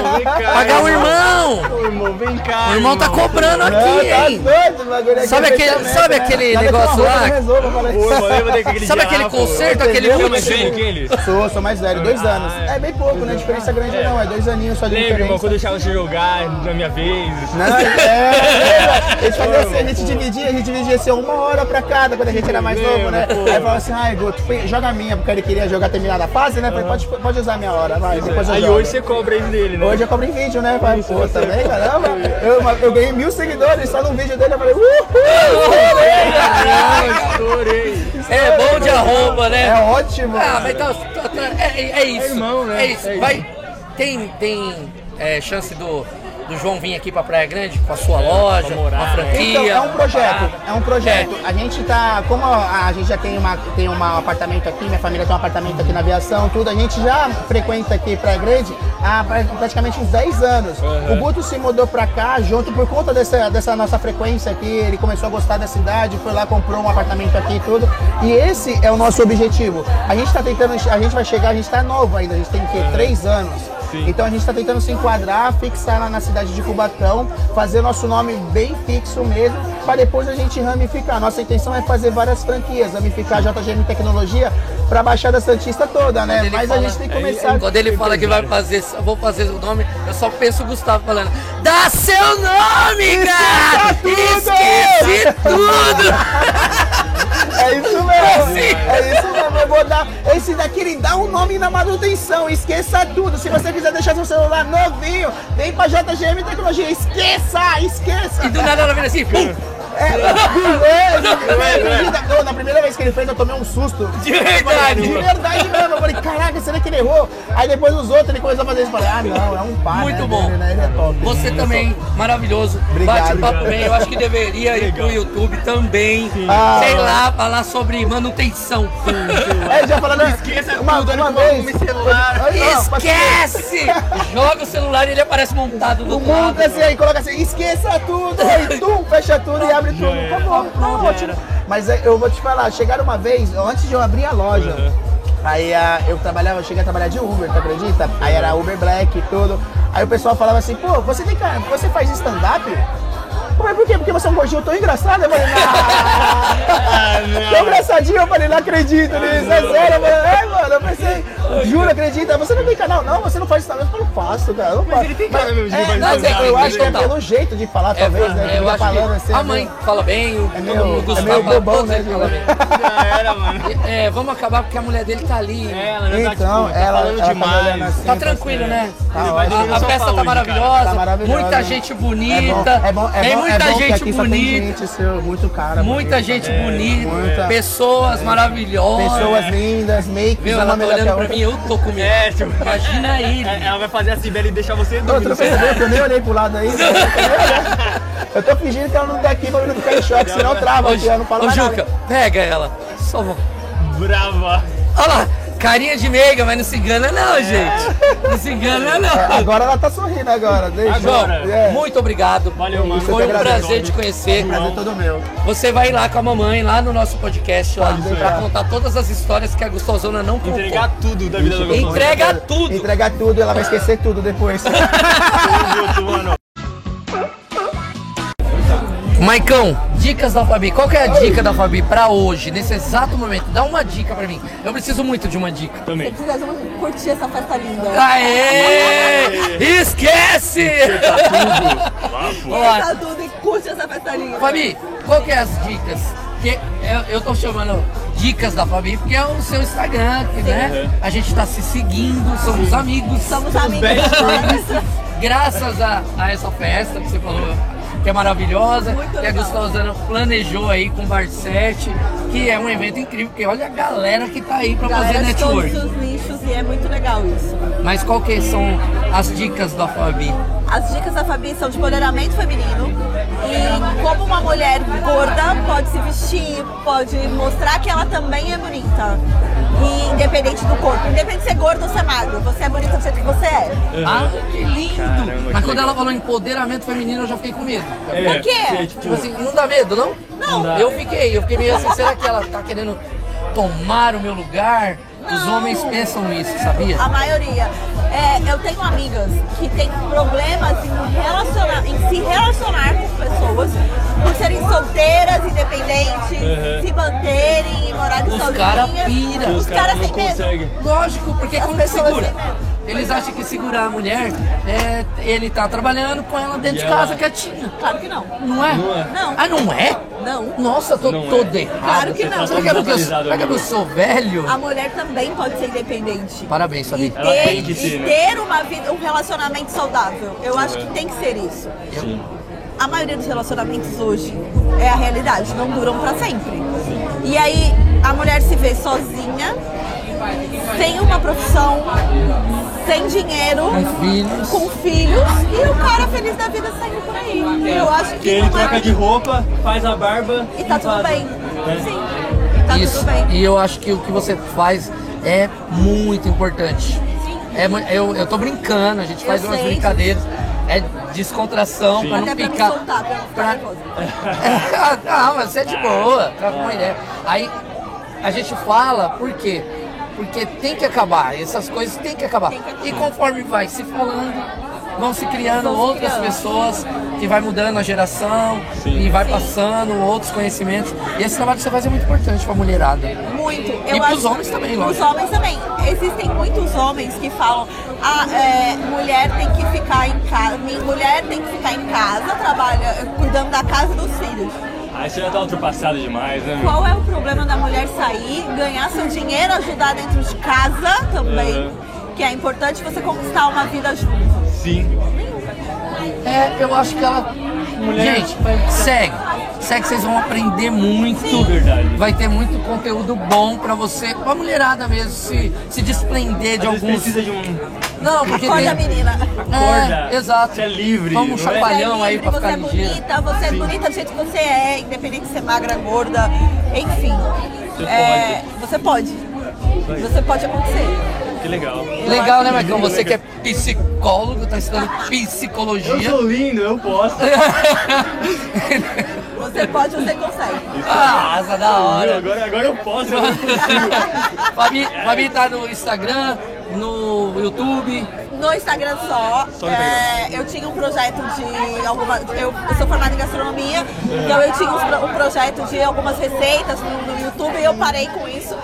Pagar o irmão. Ô, irmão, vem cá. O irmão tá cobrando Não, aqui, tá hein? doido, o bagulho aqui Sabe é aquele- fechamento, sabe né? aquele Já meteu uma negócio roupa, lá? eu resolvo, eu falei. Pô, irmão, lembra daquele Sabe girafa? aquele concerto, aquele Entendeu? Mas último? tem aquele? Sou, sou mais velho, dois anos. É bem pouco, né? Diferença grande não, é dois aninhos só de Ah, Lembra, irmão, diferença. quando eu deixava você jogar na minha vez? Não, é, a gente fazia assim, a gente dividia, a gente dividia assim, uma hora pra cada, quando a gente era mais novo, né? Aí falava assim, ai, Guto, foi- joga a minha, porque ele queria jogar terminada a fase, né? Falei, pode, pode usar a minha hora, vai, depois eu é. Aí jogo. hoje você é cobra ele dele, né? Hoje eu cobro em vídeo, né? Vai, pô, também, caramba. Eu, eu ganhei mil seguidores só no vídeo dele, eu falei, uhul! Estourei. É bom de arroba, né? É ótimo. Ah, mas tá, tá- tá- é, é- é isso. É irmão, né? É isso. É isso. Vai, tem tem é, chance do, do João vir aqui pra Praia Grande com a sua É, loja, pra com morar, a franquia? Então, é um projeto, Ah, é um projeto. A gente tá, como a, a gente já tem, uma, tem um apartamento aqui, minha família tem um apartamento aqui na aviação, tudo, a gente já frequenta aqui Praia Grande há pra- praticamente uns 10 anos. Uhum. O Guto se mudou pra cá junto por conta dessa, dessa nossa frequência aqui, ele começou a gostar da cidade, foi lá, comprou um apartamento aqui e tudo. E esse é o nosso objetivo. A gente tá tentando, a gente vai chegar, a gente tá novo ainda, a gente tem que 3 anos. Então a gente está tentando se enquadrar, fixar lá na cidade de Cubatão, fazer nosso nome bem fixo mesmo, para depois a gente ramificar. Nossa intenção é fazer várias franquias, ramificar a JGM Tecnologia para a Baixada Santista toda, quando né? ele Mas a fala- gente tem que é, começar. Quando ele fala que vai fazer, eu vou fazer o nome, eu só penso o Gustavo falando, dá seu nome, cara! Esqueci tudo! É isso mesmo! É isso mesmo, eu vou dar. Esse daqui ele dá um nome na manutenção, esqueça tudo. Se você quiser deixar seu celular novinho, vem pra JGM Tecnologia, esqueça, esqueça! E do nada ela vem assim, pum! É, é, é, é, é, na primeira vez que ele fez, eu tomei um susto. De verdade. De verdade mesmo. Eu falei, caraca, será que ele errou? Aí depois os outros, ele começou a fazer isso. Eu falei, ah, não, é um par. Muito né, bom. dele, né, ele é top. Você também, maravilhoso. Obrigado, Bate papo obrigado. bem. Eu acho que deveria ir pro YouTube também. Ah. Sei lá, falar sobre manutenção. É, já falando, uma, uma vez. Olha, não, Esquece! Joga o celular e ele aparece montado do O outro lado. mundo assim, aí coloca assim, esqueça tudo, aí tum, fecha tudo e abre tudo. Acabou, tá ótimo. Mas é, eu vou te falar, chegaram uma vez, antes de eu abrir a loja, aí ah, eu trabalhava, eu cheguei a trabalhar de Uber, tu acredita? Aí era Uber Black e tudo. Aí o pessoal falava assim, pô, você tem cara, você faz stand-up? Pô, Mas por quê? Porque você é um gordinho tão engraçado? Eu falei, não. tão engraçadinho, eu falei, não acredito nisso, é sério. Eu falei, é, mano, eu pensei, juro, acredita? Você não tem canal, não? Você não faz stand-up? Eu falei, faço, cara, eu não faço. ele tem cara mesmo de É, fazer não, mas é que eu stand-up, acho que é total. pelo jeito de falar, É, talvez, né? eu Fica acho falando que assim. a mãe fala bem, o, É meio- o Gustavo é meio bobão, todos né, eles falam Gil? bem. Já era, mano. É, vamos acabar porque a mulher dele tá ali. Ela já Então, tá, tipo, tá ela- falando ela tá demais. olhando assim. Tá tranquilo, né? Tá Ele ótimo. vai dormir A, no a sofá festa hoje, tá maravilhosa, Tá maravilhosa. muita gente bonita, É bom, é bom, é tem bom, muita é bom que gente aqui bonita, Só tem gente seu, muito cara. É, muita gente bonita, muita- pessoas maravilhosas. Pessoas lindas, makes, Meu, ela uma tá melhor que um- a olhando pra mim, outra. eu tô comigo. É, tipo, Imagina ele. é, ela vai fazer assim, velho, e deixar você Ô, tu dormindo. não percebeu que eu nem olhei pro lado aí? Eu tô fingindo que ela não tá aqui pra eu não ficar em choque, senão eu travo aqui, eu não falo Ô, mais Juca, nada. pega ela. Só vou. Brava. Olha lá, carinha de meiga, mas não se engana não, gente. Não se engana É, não. Agora ela tá sorrindo agora, deixa. João, É. muito obrigado. Valeu, mano. Foi um Eu que agradeço. prazer te conhecer. Prazer é todo meu. Você vai lá com a mamãe, lá no nosso podcast, lá, Pode pra deixar. contar todas as histórias que a Gustozona não contou. Entregar tudo da vida da Gostosona. Entrega tudo! Entregar tudo, ela vai esquecer tudo depois. Tudo, mano. Maicão, dicas da Fabi. Qual que é a dica da Fabi pra hoje, nesse exato momento? Dá uma dica pra mim. Eu preciso muito de uma dica. Também. Vocês vão curtir essa festa linda. Aê! Esquece! Vamos lá. Tá tudo e curte essa né? festa linda. Fabi, qual que é as dicas? Que eu, eu tô chamando dicas da Fabi porque é o seu Instagram, que, né? A gente tá se seguindo, somos amigos. Somos Uhum. amigos. best friends. Graças a, a essa festa que você falou que é maravilhosa, que a Gustavo planejou aí com o Barset, que é um evento incrível, porque olha a galera que tá aí pra Galera fazer de network. todos os nichos e é muito legal isso. Mas qual que são as dicas da Fabi? As dicas da Fabi são de empoderamento feminino e como uma mulher gorda pode se vestir, pode mostrar que ela também é bonita. E independente do corpo, independente de ser gordo ou ser magro, você é bonita do jeito que você é. Ah, que lindo! Caramba, Mas que quando legal. ela falou empoderamento feminino, eu já fiquei com medo. É, Por quê? é, tipo- Tipo assim, não dá medo, não? Não. Não dá. Eu fiquei, eu fiquei meio assim, será que ela tá querendo tomar o meu lugar? Os homens pensam isso, sabia? A maioria. É, eu tenho amigas que têm problemas em, relacionar, em se relacionar com pessoas por serem solteiras, independentes, Uhum. se manterem e morarem Os sozinhas. caras pira. Os caras têm medo. Lógico, porque As como que pessoas segura? têm medo. Eles acham que segurar a mulher, é, ele tá trabalhando com ela dentro E de ela- casa quietinha. Claro que não. Não é? Não é. Não. Ah, não é? Não. Nossa, eu tô Não é. todo errado. Claro que não. Será que é porque eu, será que é porque eu sou velho? A mulher também pode ser independente. Parabéns, Fabi. ter, e né? ter uma vida, um relacionamento saudável. Eu é. acho que tem que ser isso. A maioria dos relacionamentos hoje é a realidade, não duram pra sempre. E aí a mulher se vê sozinha, sem uma profissão, sem dinheiro, Com filhos. com filhos e o cara feliz da vida saindo por aí. Eu acho que, Porque ele não é- troca de roupa, faz a barba. E tá tudo faz- bem. É. né? Sim. Tá Isso. tudo bem. E eu acho que o que você faz é muito importante. É, mu- eu, eu tô brincando, a gente Eu faz umas sei. brincadeiras. É descontração pra não Até pra me picar. soltar, pra não ficar nervosa. não, mas você é de boa, troca uma ideia. Aí a gente fala por quê? Porque tem que acabar, essas coisas tem que acabar. E conforme vai se falando, vão se criando outras pessoas que vai mudando a geração e vai passando outros conhecimentos. E esse trabalho que você faz é muito importante pra mulherada. Muito. E pros homens também, Os lógico. homens também. Existem muitos homens que falam, ah, é, mulher tem que ficar em casa, minha mulher tem que ficar em casa, trabalha, cuidando da casa e dos filhos. Aí você já tá ultrapassado demais, né? meu? Qual é o problema da mulher sair, ganhar seu dinheiro, ajudar dentro de casa também? Que é importante você conquistar uma vida junto. Sim. É, eu acho que ela. Gente, segue. Segue, vocês vão aprender muito. Verdade. Vai ter muito conteúdo bom pra você, pra mulherada mesmo, se, se desprender de Às vezes alguns. precisa de um. Não, porque Acorda, tem... menina. É, exato. Você é livre. Toma não um é? chacoalhão aí pra você ficar é ligeira. bonita, você é bonita do jeito que você é, independente de ser magra, gorda, enfim. É, você pode. Você pode acontecer. Que legal. Legal, né, Marcão? Você que é psicólogo, tá estudando psicologia. Eu sou lindo, eu posso. Você pode, você consegue. Ah, asa da hora. Agora, agora eu posso, eu não consigo. Fabi, Fabi tá no Instagram, no YouTube. No Instagram só, Só no Instagram. é, eu tinha um projeto de alguma. Eu, eu sou formada em gastronomia, então eu tinha uns pro- um, projeto de algumas receitas no, no YouTube e eu parei com isso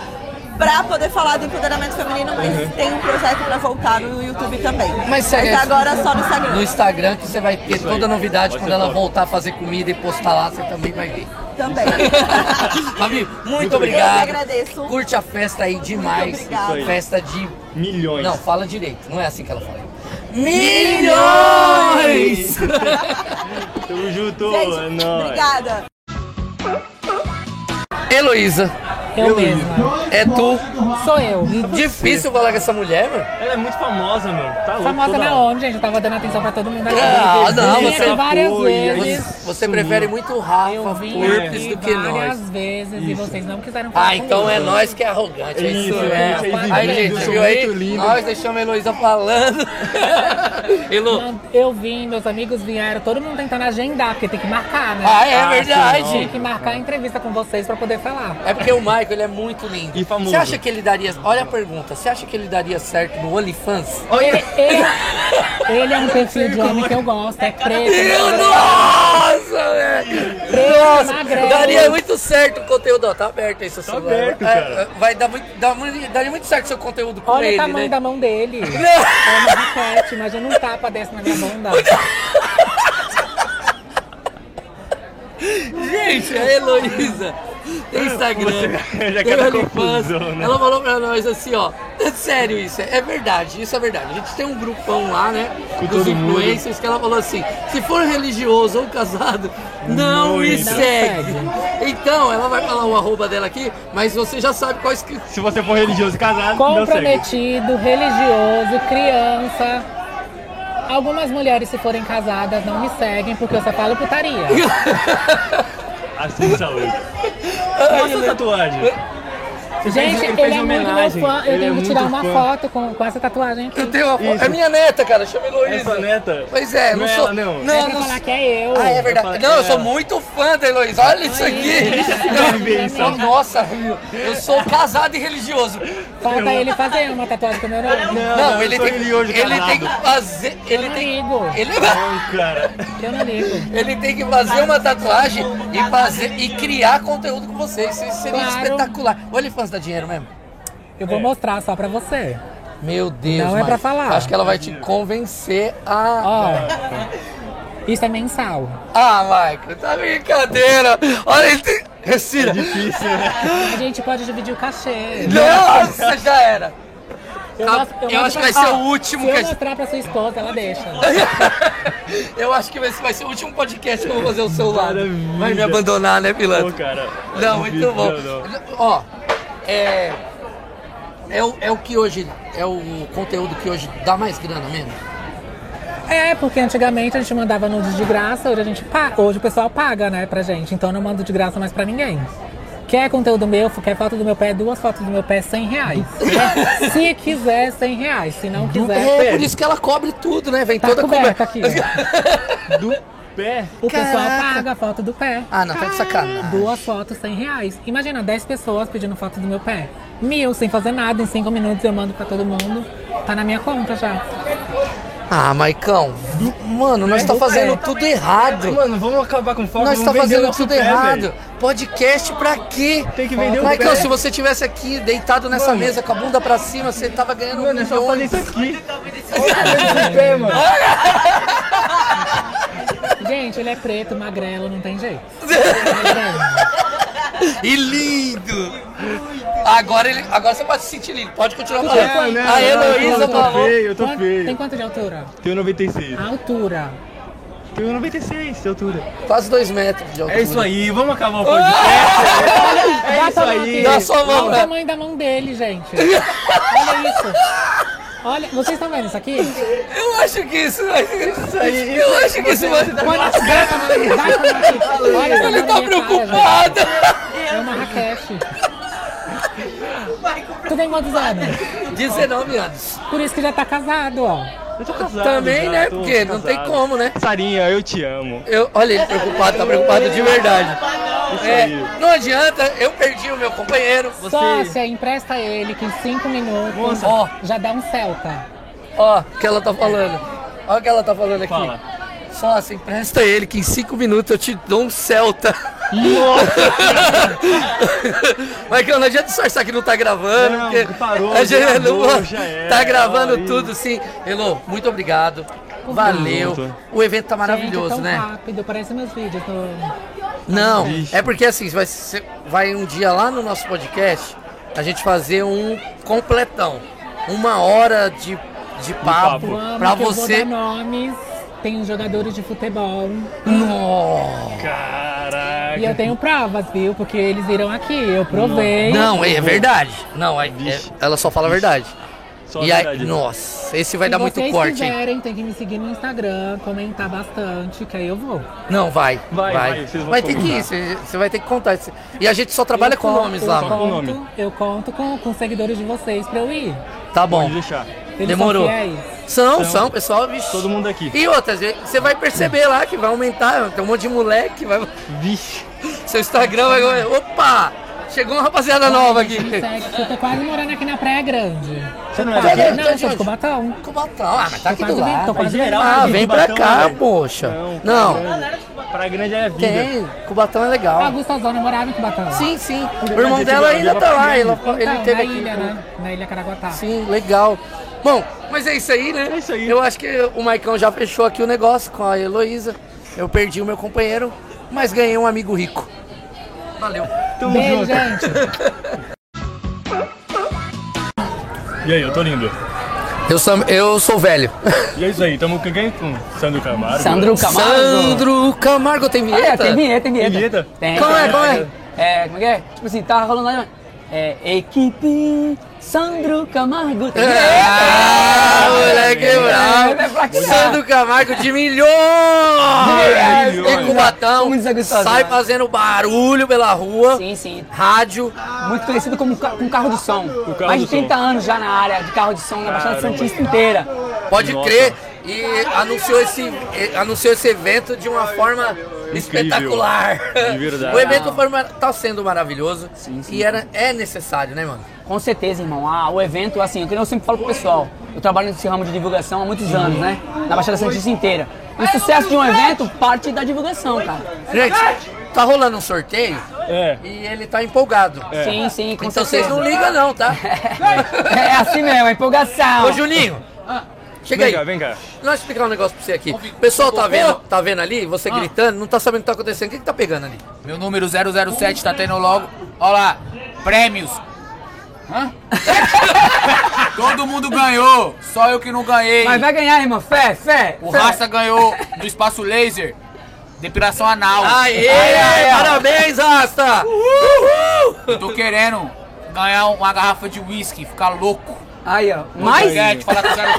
pra poder falar do empoderamento feminino, mas Uhum. tem um projeto pra voltar no YouTube também. Mas segue aí. agora só no Instagram. No Instagram que você vai ter toda a novidade quando ela voltar a fazer comida e postar lá, você também vai ver. Também. Fabi, muito, Eu obrigado. que agradeço. Curte a festa aí demais. Muito obrigada. Isso aí. Festa de. Milhões. Não, fala direito. Não é assim que ela fala. Milhões! Tamo junto, é Gente, nóis. obrigada. Heloísa. Eu Heloísa. mesma. É tu. Sou eu. Difícil falar com essa mulher, mano. Ela é muito famosa, meu. Tá louco. Famosa toda na hora. onde, gente? Eu tava dando atenção pra todo mundo. Ah, não, Vim você- aqui várias Apoia, vezes. você- você prefere muito o Rafa Eu vim Purpes aqui do que várias nós. vezes e Isso. vocês não quiseram falar Ah, então é comigo. nós que é arrogante, é isso, Isso, né? isso, é Aí, lindo, gente, sou viu aí? muito lindo. Nós deixamos a Heloísa falando. Elo, Não, Eu vim, meus amigos vieram, todo mundo tentando agendar, porque tem que marcar, né? Ah, é Ah, verdade. sim, não. Tem que marcar a entrevista com vocês pra poder falar. É porque o Michael ele é muito lindo. E famoso. Você acha que ele daria. Olha a pergunta, você acha que ele daria certo no OnlyFans? Ele, ele- ele é um perfil de homem que eu gosto, é preto. Meu né? Deus! nossa, velho. Preto, Nossa, magrelo. daria muito certo o conteúdo. Ó, tá aberto aí seu celular. aberto, É, cara. é, vai dar muito, dá muito- daria muito certo seu conteúdo com Olha ele, o tamanho né? da mão dele. É uma raquete, imagina um tapa dessa na minha bunda. Gente, a Heloísa tem Instagram, Você- já tem quero OnlyFans. é confusão, né? Ela falou pra nós assim, ó, é sério isso, é verdade, isso é verdade. A gente tem um grupão lá, né, Com dos todo mundo. influencers, que ela falou assim, se for religioso ou casado, não Não me entra. segue. Então, ela vai falar o arroba dela aqui, mas você já sabe quais que... Se você for religioso e casado, Comprometido, religioso, criança. Algumas mulheres, se forem casadas, não me seguem porque eu só falo putaria. Assim, saúde. Nossa, é essa tatuagem. Você Gente, fez- ele, fez é muito meu homenagem. fã. Eu Ele é tenho que tirar muito uma fã. foto com, com essa tatuagem. Eu tenho uma foto. Isso. É minha neta, cara, chama Heloísa. Essa neta? é, Pois é, eu não, Não é sou. ela, não. É pra falar que é eu. Ah, é É pra- verdade. Não, eu é. sou muito fã da Heloísa. Olha isso Olha aqui. isso. Não, Nossa, eu sou casado e religioso. Falta ele fazer uma tatuagem com o meu nome. Não, ele, tem, ele tem que fazer. Ele tem, ele, cara. Eu não ligo. ele tem que fazer uma tatuagem e, fazer, e criar conteúdo com vocês. Isso seria Claro. espetacular. O OnlyFans dá dinheiro mesmo? Eu vou mostrar só pra você. Meu Deus, Não é Mari. pra falar. Acho que ela vai te convencer a. Isso é mensal. Ah, Maicon, tá brincadeira. Olha, ele tem. Respira. difícil, né? A gente pode dividir o cachê. Nossa, já era. Eu, Tá, mostro- eu mostro acho que pra- vai ser Ó, o último Se que a eu gente- mostrar pra sua esposa, ela deixa. Eu acho que esse vai ser o último podcast que eu vou fazer o celular. Vai me abandonar, né, Pilantra? Pô, cara. Não, muito bom. Não, Ó, é. É o, é o que hoje. É o conteúdo que hoje dá mais grana mesmo. É, porque antigamente a gente mandava nudes de graça, hoje a gente paga. Hoje o pessoal paga, né, pra gente. Então eu não mando de graça mais pra ninguém. Quer conteúdo meu, quer foto do meu pé, duas fotos do meu pé, 100 reais. Né? Se quiser, 100 reais. Se não quiser. É, por isso que ela cobre tudo, né? Vem Tá toda coberta coberta. aqui, Pé? O pessoal Caraca. paga a foto do pé. Ah, não, tá de sacanagem. Duas fotos, 100 reais. Imagina, 10 pessoas pedindo foto do meu pé. Mil, sem fazer nada, em 5 minutos eu mando pra todo mundo. Tá na minha conta já. Ah, Maicão. Mano, nós É, tá do fazendo pé. tudo errado. Ah, Mano, vamos acabar com foco. Nós vamos tá vender fazendo nosso tudo pé, errado. velho. Podcast pra quê? Tem que vender o Maicão, pé. se você tivesse aqui deitado nessa Mano. mesa com a bunda pra cima, você tava ganhando Mano, é milhões. só fazer isso aqui. Olha esse pé, mano. Gente, ele é preto, magrelo, não tem jeito. E lindo! Agora, ele, agora você pode se sentir lindo. Pode continuar É, Tu falando. tem quanto? a Ah, Heloísa eu tô falou. feio, eu tô Quanto- feio. Tem quanto de altura? Tenho 96. A altura. Tenho 96 de altura. Quase dois metros de altura. Ah! É isso aí, vamos acabar o podcast. Dá É isso sua mão aí. aqui. Dá sua mão, Olha né? o tamanho da mão dele, gente. Olha isso. Olha, vocês estão vendo isso aqui? Eu acho que isso vai. aí, tá eu isso acho que isso vai. aí. Olha, dá pra mão- dá pra mão aqui. Olha essa Ele mão tá na minha preocupado. cara, gente. É uma raquete. Tu tem quantos anos? 19 anos. Por isso que já tá casado, ó. Eu tô casado. Também, já, né? tô Porque não tem casado. como, né? Sarinha, eu te amo. Eu, olha, ele preocupado, tá preocupado de verdade. Isso É, aí. não adianta, eu perdi o meu companheiro. Você. Sócia, empresta ele que em 5 minutos Moça. Ó. já dá um Celta. Ó, o que ela tá falando. Ó, o que ela tá falando aqui. Fala. Só assim, presta ele que em cinco minutos eu te dou um Celta. Maicon, não adianta disfarçar que não tá gravando. Não, porque parou, a gente gravou, não- já era, tá gravando ó, aí. tudo sim. Elô, muito obrigado. Valeu. Muito. O evento tá Gente, é maravilhoso, tão né? rápido, parece meus vídeos. tô- Não, Vixe. é porque assim, vai, ser- vai um dia lá no nosso podcast a gente fazer um completão. Uma hora de, de papo, Eu amo pra que eu vou você. dar nomes, tem jogadores de futebol Nossa! Caraca. e eu tenho provas, viu? Porque eles viram aqui, eu provei. Não, é verdade. Não, é, é- ela só fala a verdade. Só e a aí, verdade. nossa, esse vai dar muito Se vocês corte, hein? quiserem, tem que me seguir no Instagram, comentar bastante, que aí eu vou. Não, vai. Vai, Vai, vai, vocês vão vai ter que combinar. ir, você você vai ter que contar. esse- E a gente só trabalha Eu com conto- nomes lá, eu mano. com conto- nome. Eu conto com, com os seguidores de vocês pra eu ir. Tá bom. Pode deixar. Eles Demorou. São fiéis. São, Então, são, pessoal, vixe. Todo mundo aqui. E outras, você vai perceber lá que vai aumentar, tem um monte de moleque, vai... Vixe. seu Instagram vai... Opa! Chegou uma rapaziada nova aqui. Me segue, Eu tô quase morando aqui na Praia Grande. Você não é Praia daqui? Grande, Não, eu sou onde? de Cubatão. Cubatão, ah, mas tá aqui do quase vendo, tô lado. quase vendo. Ah, Gente, vem pra Cubatão, cá, velho. poxa. né? Não, Não, Praia Grande é vida. Tem. Cubatão é legal. A Augusta Zona morava em Cubatão. Sim, sim. O é irmão dela ainda tá lá. Ele, ele Então, teve na aqui. ilha, né? Na Ilha Caraguatá. Sim, legal. Bom, mas é isso aí, né? É isso aí. Eu acho que o Maicão já fechou aqui o negócio com a Heloísa. Eu perdi o meu companheiro, mas ganhei um amigo rico. Valeu. Tamo Beijo, junto. gente. E aí, eu tô lindo. Eu sou, eu sou velho. E é isso aí, tamo com quem? Com Sandro Camargo. Sandro Camargo. Sandro Camargo, tem vinheta? Ah, é, tem vinheta, tem vinheta. Tem vinheta? Tem. Qual é, tem, qual é? tem. É, como é que é? Tipo assim, tava rolando lá, é, equipe Sandro Camargo. Tem É. Ah, moleque é bravo. Sandro Camargo de milhões. De milhões. Em Cubatão. Como diz a Gustavo, Sai né? fazendo barulho pela rua. Sim, sim. Rádio. Muito conhecido como ca- com carro de som. carro Mais do de 30 anos já na área de carro de som na Baixada Caramba. Santista inteira. Pode crer. E anunciou esse, eh, anunciou esse evento de uma forma espetacular. De verdade. O evento foi, mar- tá sendo maravilhoso. E era, é necessário, né, mano? Com certeza, irmão. Ah, o evento, assim, o que eu sempre falo pro pessoal, eu trabalho nesse ramo de divulgação há muitos anos, né? Na Baixada Santista inteira. E o sucesso de um evento parte da divulgação, cara. Gente, tá rolando um sorteio e ele tá empolgado. É. Sim, sim, com Então certeza. vocês não ligam não, tá? É assim mesmo, é empolgação. Ô Juninho, chega Vem aí. cá, vem cá. Deixa eu explicar um negócio pra você aqui. O pessoal tá vendo, tá vendo ali, você Ah. gritando, não tá sabendo o que tá acontecendo. O que, que tá pegando ali? Meu número 007 tá tendo logo. Ó lá, prêmios. Hã? Todo mundo ganhou, só eu que não ganhei. Mas vai ganhar, irmão. Fé, fé. O fé. Rasta ganhou do espaço laser. Depilação anal. Aê, é parabéns, Rasta! Uhul! Eu Tô querendo ganhar uma garrafa de uísque, ficar louco. É, Aí, ó. mais?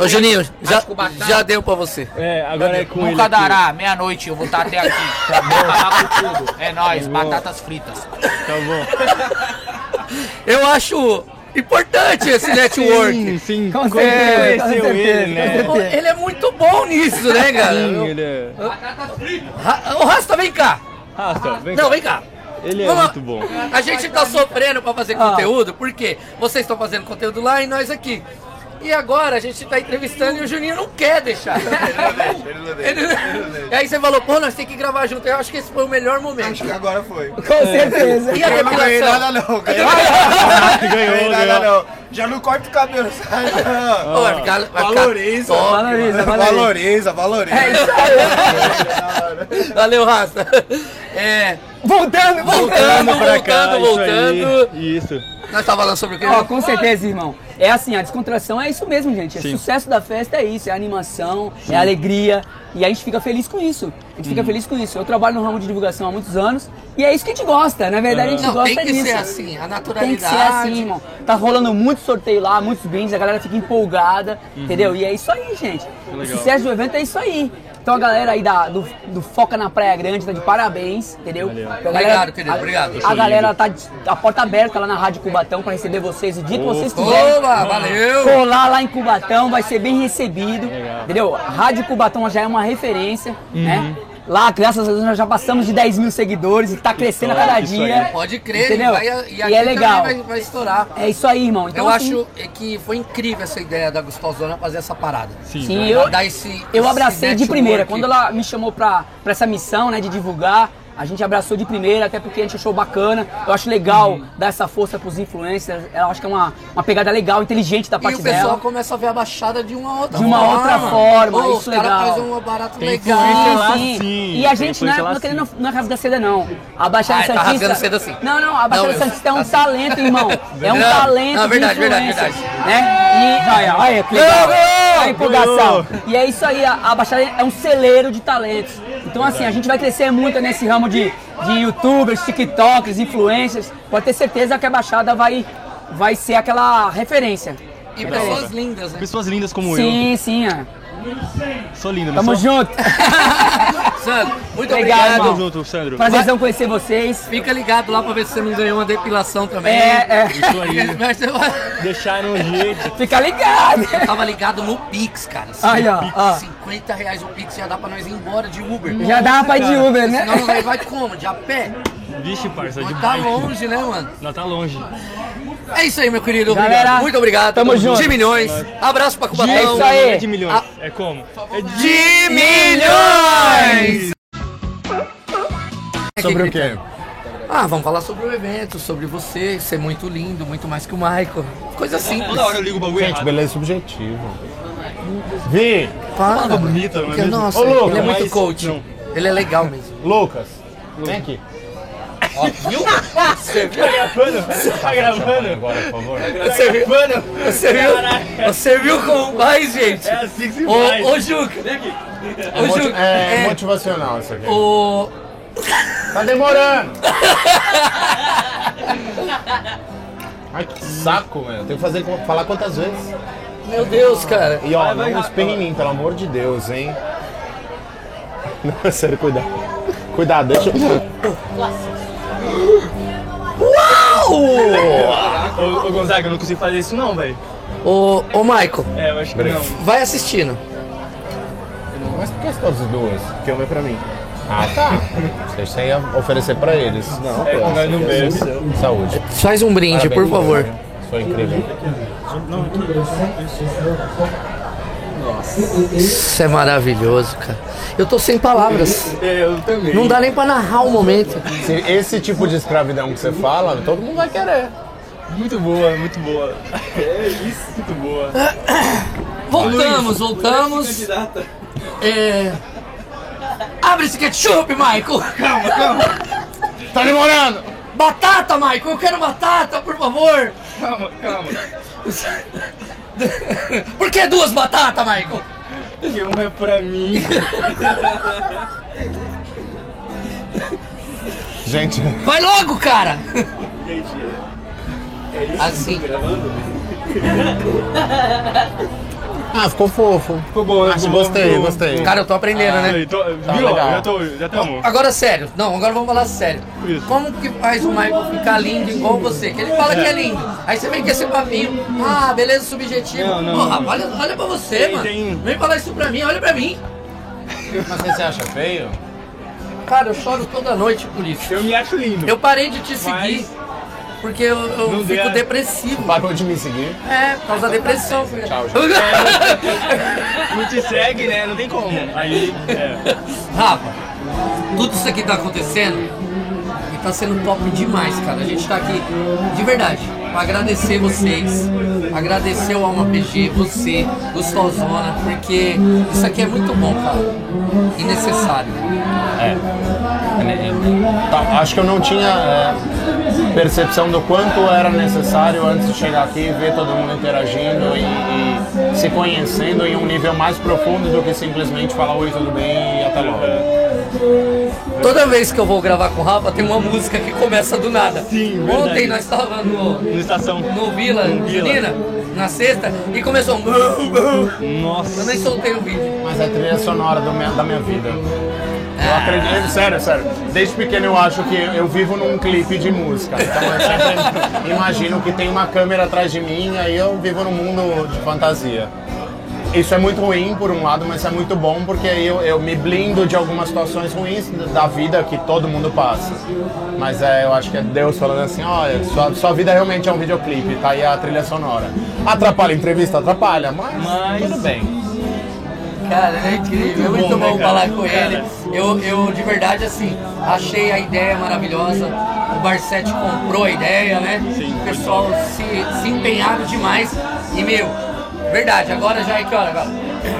Ô Juninho, já, já deu pra você. É, agora é com ele. Nunca aqui. dará, meia-noite eu vou estar até aqui. Tá bom. com tudo. É nóis, Tá bom. batatas fritas. Tá bom. Eu acho importante esse network. Sim, sim. Com Quando você certeza, com conheceu certeza, ele, né? com certeza. Ele é muito bom nisso, né, cara? Sim, ele é. Ra- Ô Rasta, Ah, vem cá. Rasta, Ah, tá, vem Não, cá. vem cá. Ele é Vamos lá. muito bom. A gente tá sofrendo pra fazer Ah. conteúdo, porque vocês estão fazendo conteúdo lá e nós aqui. E agora a gente tá entrevistando e o Juninho não quer deixar. E aí você falou, pô, nós temos que gravar junto. Eu acho que esse foi o melhor momento. Acho que agora foi. Com certeza. E a Eu não ganhei depilação? nada não. Ganhei Ah, Ganhou, ganhei nada ganhou. não. Já não corta o cabelo, sai não. Ô, vai ficar- vai ficar valoriza, top, É valoriza, mano. valoriza, valoriza. Valeu, Rasta. É, Voltando, voltando, pra cá, voltando, isso aí. voltando. Isso. Nós tava falando sobre o quê? Ó, com certeza, irmão. É assim, a descontração é isso mesmo, gente. O Sim. sucesso da festa é isso, é animação, é alegria. E a gente fica feliz com isso. A gente fica feliz com isso. Eu trabalho no ramo de divulgação há muitos anos e é isso que a gente gosta. Na verdade, a gente Não, gosta tem que disso. ser assim, a Tem que ser naturalidade. assim, irmão. Tá rolando muito sorteio lá, muitos brindes, a galera fica empolgada, Uhum. entendeu? E é isso aí, gente. O Legal. sucesso do evento é isso aí. Então a galera aí da, do, do Foca na Praia Grande tá de parabéns, entendeu? Valeu. A galera- Obrigado, querido, obrigado. A, a galera tá de, a porta aberta lá na Rádio Cubatão pra receber vocês. O dia que vocês Opa, quiserem valeu. colar lá em Cubatão, vai ser bem recebido, entendeu? A Rádio Cubatão já é uma referência, né? Uhum. Lá, graças a Deus, nós já passamos de 10 mil seguidores e tá crescendo a cada dia. Pode crer, entendeu? vai- e, e, aqui é legal. também Vai, vai estourar. É isso aí, irmão. Então, eu assim, acho que foi incrível essa ideia da Gostosona fazer essa parada. Sim, eu, Dar esse- eu esse abracei de network. primeira. Quando ela me chamou pra, pra essa missão, né, de divulgar, a gente abraçou de primeira, até porque a gente achou bacana. Eu acho legal dar essa força pros influencers. Eu acho que é uma, uma pegada legal, inteligente da E parte o pessoal dela. começa a ver a baixada de uma outra De uma forma. outra forma, Pô, isso os caras legal. fazem um barato Tem legal. influência lá, Sim, sim. sim. E a gente não é- não é querendo- não é rasgar seda, não. A Baixada Ah, tá Santista. rasgando seda, sim. Não, não, a Baixada Não, eu- tá Santista é um talento, irmão. É um Não, talento. não, verdade, de verdade, influencers, verdade. Né? E, olha, olha que legal. Ganhou! Olha a empolgação. Ganhou! E é isso aí, a, a Baixada é um celeiro de talentos. Então, assim, a gente vai crescer muito nesse ramo de, de youtubers, tiktokers, influencers. Pode ter certeza que a Baixada vai, vai ser aquela referência. E Referência. pessoas lindas, né? Pessoas lindas como Sim, eu. sim, é. Sou lindo, não Tamo sou? junto. Sandro, muito Legal, obrigado. irmão. Tamo junto, Sandro. Prazerzão conhecer vocês. Fica ligado lá pra ver se você não ganhou uma depilação também. É, é. Isso aí. Mas você vai- Deixaram um jeito. Fica ligado. Eu tava ligado no Pix, cara. Aí, ó, ó. 50 reais o Pix já dá pra nós ir embora de Uber. Já dá pra ir de Cara, Uber, né? Senão nós vai como? De a pé? Vixe, parça, de Nós tá bike. longe, né, mano? Nós tá longe. É isso aí, meu querido. Obrigado. Galera, Muito obrigado. tamo junto. De milhões. Abraço pra Cubatão. É isso aí. Ah. É de milhões. É como? É De milhões! Sobre o quê? Ah, vamos falar sobre o evento, sobre você, ser muito lindo, muito mais que o Michael. Coisa simples. Toda É, hora eu ligo o bagulho Gente, errado. beleza é subjetiva. Vi! Tá Para, bonita, não é porque, mesmo? nossa, Ô, Lucas, ele é muito mas- coach. não. Ele é legal mesmo. Lucas, vem aqui. Ó, viu? Você viu? Tá gravando? Agora, por favor. Você viu? Você viu? Você viu como vai, gente? É assim que se Ô, faz. ô, Juca. Vem aqui. É, um Ô, moti- Juca, é é- motivacional isso aqui. O... Tá demorando! Ai, que saco, velho. Tem que fazer, falar quantas vezes? Meu Deus, cara. E ó, não espirra em mim, pelo amor de Deus, hein? Não, sério, cuidado. Cuidado, deixa eu... Ô, ô, Gonzaga, eu não consigo fazer isso não, velho. Ô, ô, Michael. É, eu acho que não. Vai assistindo. Mas por que tá todas as duas? Porque uma é pra mim. Ah, tá. Vocês têm a oferecer pra eles. Não, É, não, não bebe. Saúde. Faz um brinde, por favor. Foi incrível. Isso é maravilhoso, cara. Eu tô sem palavras. É, Eu também. Não dá nem pra narrar o momento. Se esse tipo de escravidão que você fala, todo mundo vai querer. Muito boa, muito boa. É isso, muito boa. Voltamos, voltamos. É... Abre esse ketchup, Michael! Calma, calma! Tá demorando! Batata, Michael! Eu quero batata, por favor! Calma, calma. Por que duas batatas, Michael? Que uma é pra mim. Gente, Vai logo, cara! É isso? Assim. Gravando? Ah, ficou fofo. Ficou bom, Acho, ficou gostei, bom. gostei. Cara, eu tô aprendendo, né? Aí, tô- Tá Ah, então, viu? legal. Já tô, já tá tamo. Agora sério, não, agora vamos falar sério. Como que faz o Michael ficar lindo igual você? Que ele fala que é lindo. Aí você vem com esse papinho. Ah, beleza, subjetivo. Não, não, Porra, não. Olha, olha pra você, Tem- mano. tem- Vem falar isso pra mim, olha pra mim. Mas você acha feio? Cara, eu choro toda noite por isso. Eu me acho lindo. Eu parei de te seguir porque eu, eu Não fico deu. depressivo. Parou de me seguir? É, por causa da depressão. filho. Não te segue, né? Não tem como. Aí, é. Rafa, tudo isso aqui tá acontecendo e tá sendo top demais, cara. A gente tá aqui de verdade pra agradecer vocês, agradecer o Alma PG, você, Gustozona, porque isso aqui é muito bom, cara. E necessário. É. Tá, acho que eu não tinha é, percepção do quanto era necessário antes de chegar aqui e ver todo mundo interagindo e, e se conhecendo em um nível mais profundo do que simplesmente falar oi, tudo bem e até logo. Toda vez que eu vou gravar com o Rafa, tem uma música que começa do nada. Sim, verdade. Ontem nós estávamos no, No estação. no Vila No Vila. Junina, na sexta, e começou. Nossa. Eu nem soltei o vídeo. Mas é a trilha sonora do meu- da minha vida. É. Eu acredito, sério, sério. Desde pequeno eu acho que eu vivo num clipe de música. Então eu sempre imagino que tem uma câmera atrás de mim e aí eu vivo num mundo de fantasia. Isso é muito ruim por um lado, mas é muito bom porque aí eu, eu me blindo de algumas situações ruins da vida que todo mundo passa. Mas é, eu acho que é Deus falando assim, olha, sua, sua vida realmente é um videoclipe, tá aí a trilha sonora. Atrapalha a entrevista? Atrapalha, mas tudo bem. Cara, é incrível, é muito bom, bom, né, cara? falar com ele. Eu, eu, de verdade, assim, achei a ideia maravilhosa. O Barset comprou a ideia, né? o pessoal se, se empenharam demais. E, meu, verdade, agora já é que hora, agora?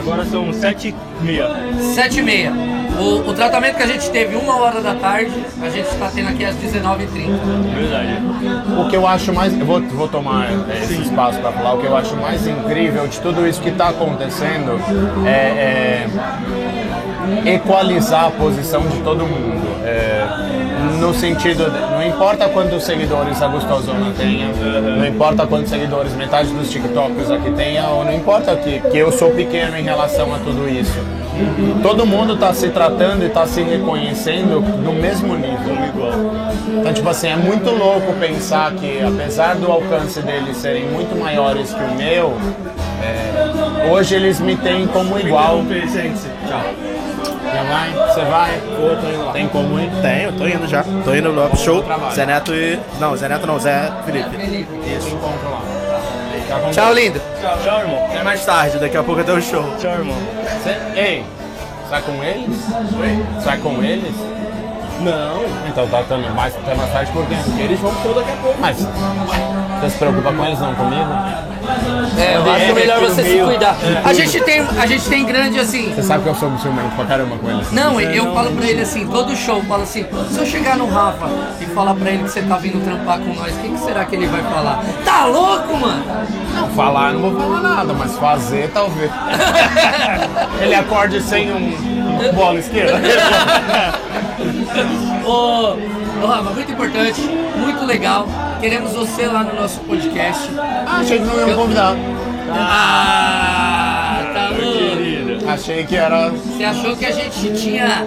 Agora são sete e meia. Sete e meia. O, o tratamento que a gente teve uma hora da tarde, a gente está tendo aqui às 19h30. Verdade. O que eu acho mais. Eu vou, vou tomar é, esse espaço para falar. O que eu acho mais incrível de tudo isso que está acontecendo é, é equalizar a posição de todo mundo. É, no sentido, de- não importa quantos seguidores a Gustozona tenha, não importa quantos seguidores metade dos TikToks aqui tenha, ou não importa que, que eu sou pequeno em relação a tudo isso. Todo mundo está se tratando e está se reconhecendo no mesmo nível. Então, tipo assim, é muito louco pensar que, apesar do alcance deles serem muito maiores que o meu, é, hoje eles me têm como igual. Já vai? Você vai? Tem como ir? Tenho, tô indo já. Tô indo lá pro show. trabalho. Zé Neto e. Não, Zé Neto não, Zé Felipe. Isso. Tchau, lindo. Tá Tchau, tchau, irmão. Até mais tarde, daqui a pouco até o show. Tchau, irmão. Cê- Ei, sai com eles? Sai com eles? Não. Então tá tendo mais, tá mais tarde porque eles vão pôr daqui a pouco. Mas você se preocupa com eles, não comigo? É, eu acho melhor aqui no você se meio. cuidar. É. A gente tem, a gente tem grande assim. Você sabe que eu sou ciumento pra caramba com eles. Não, eu, eu falo pra ele assim, todo show, eu falo assim, se eu chegar no Rafa e falar pra ele que você tá vindo trampar com nós, o que, que será que ele vai falar? Tá louco, mano? Não, falar eu não vou falar nada, mas fazer talvez. Ele acorde sem um bola esquerda. Ô, ô, Rafa, muito importante, muito legal. Queremos você lá no nosso podcast. Ah, achei que não ia me convidar. Ah, tá louco. Achei que era. Você achou que a gente tinha.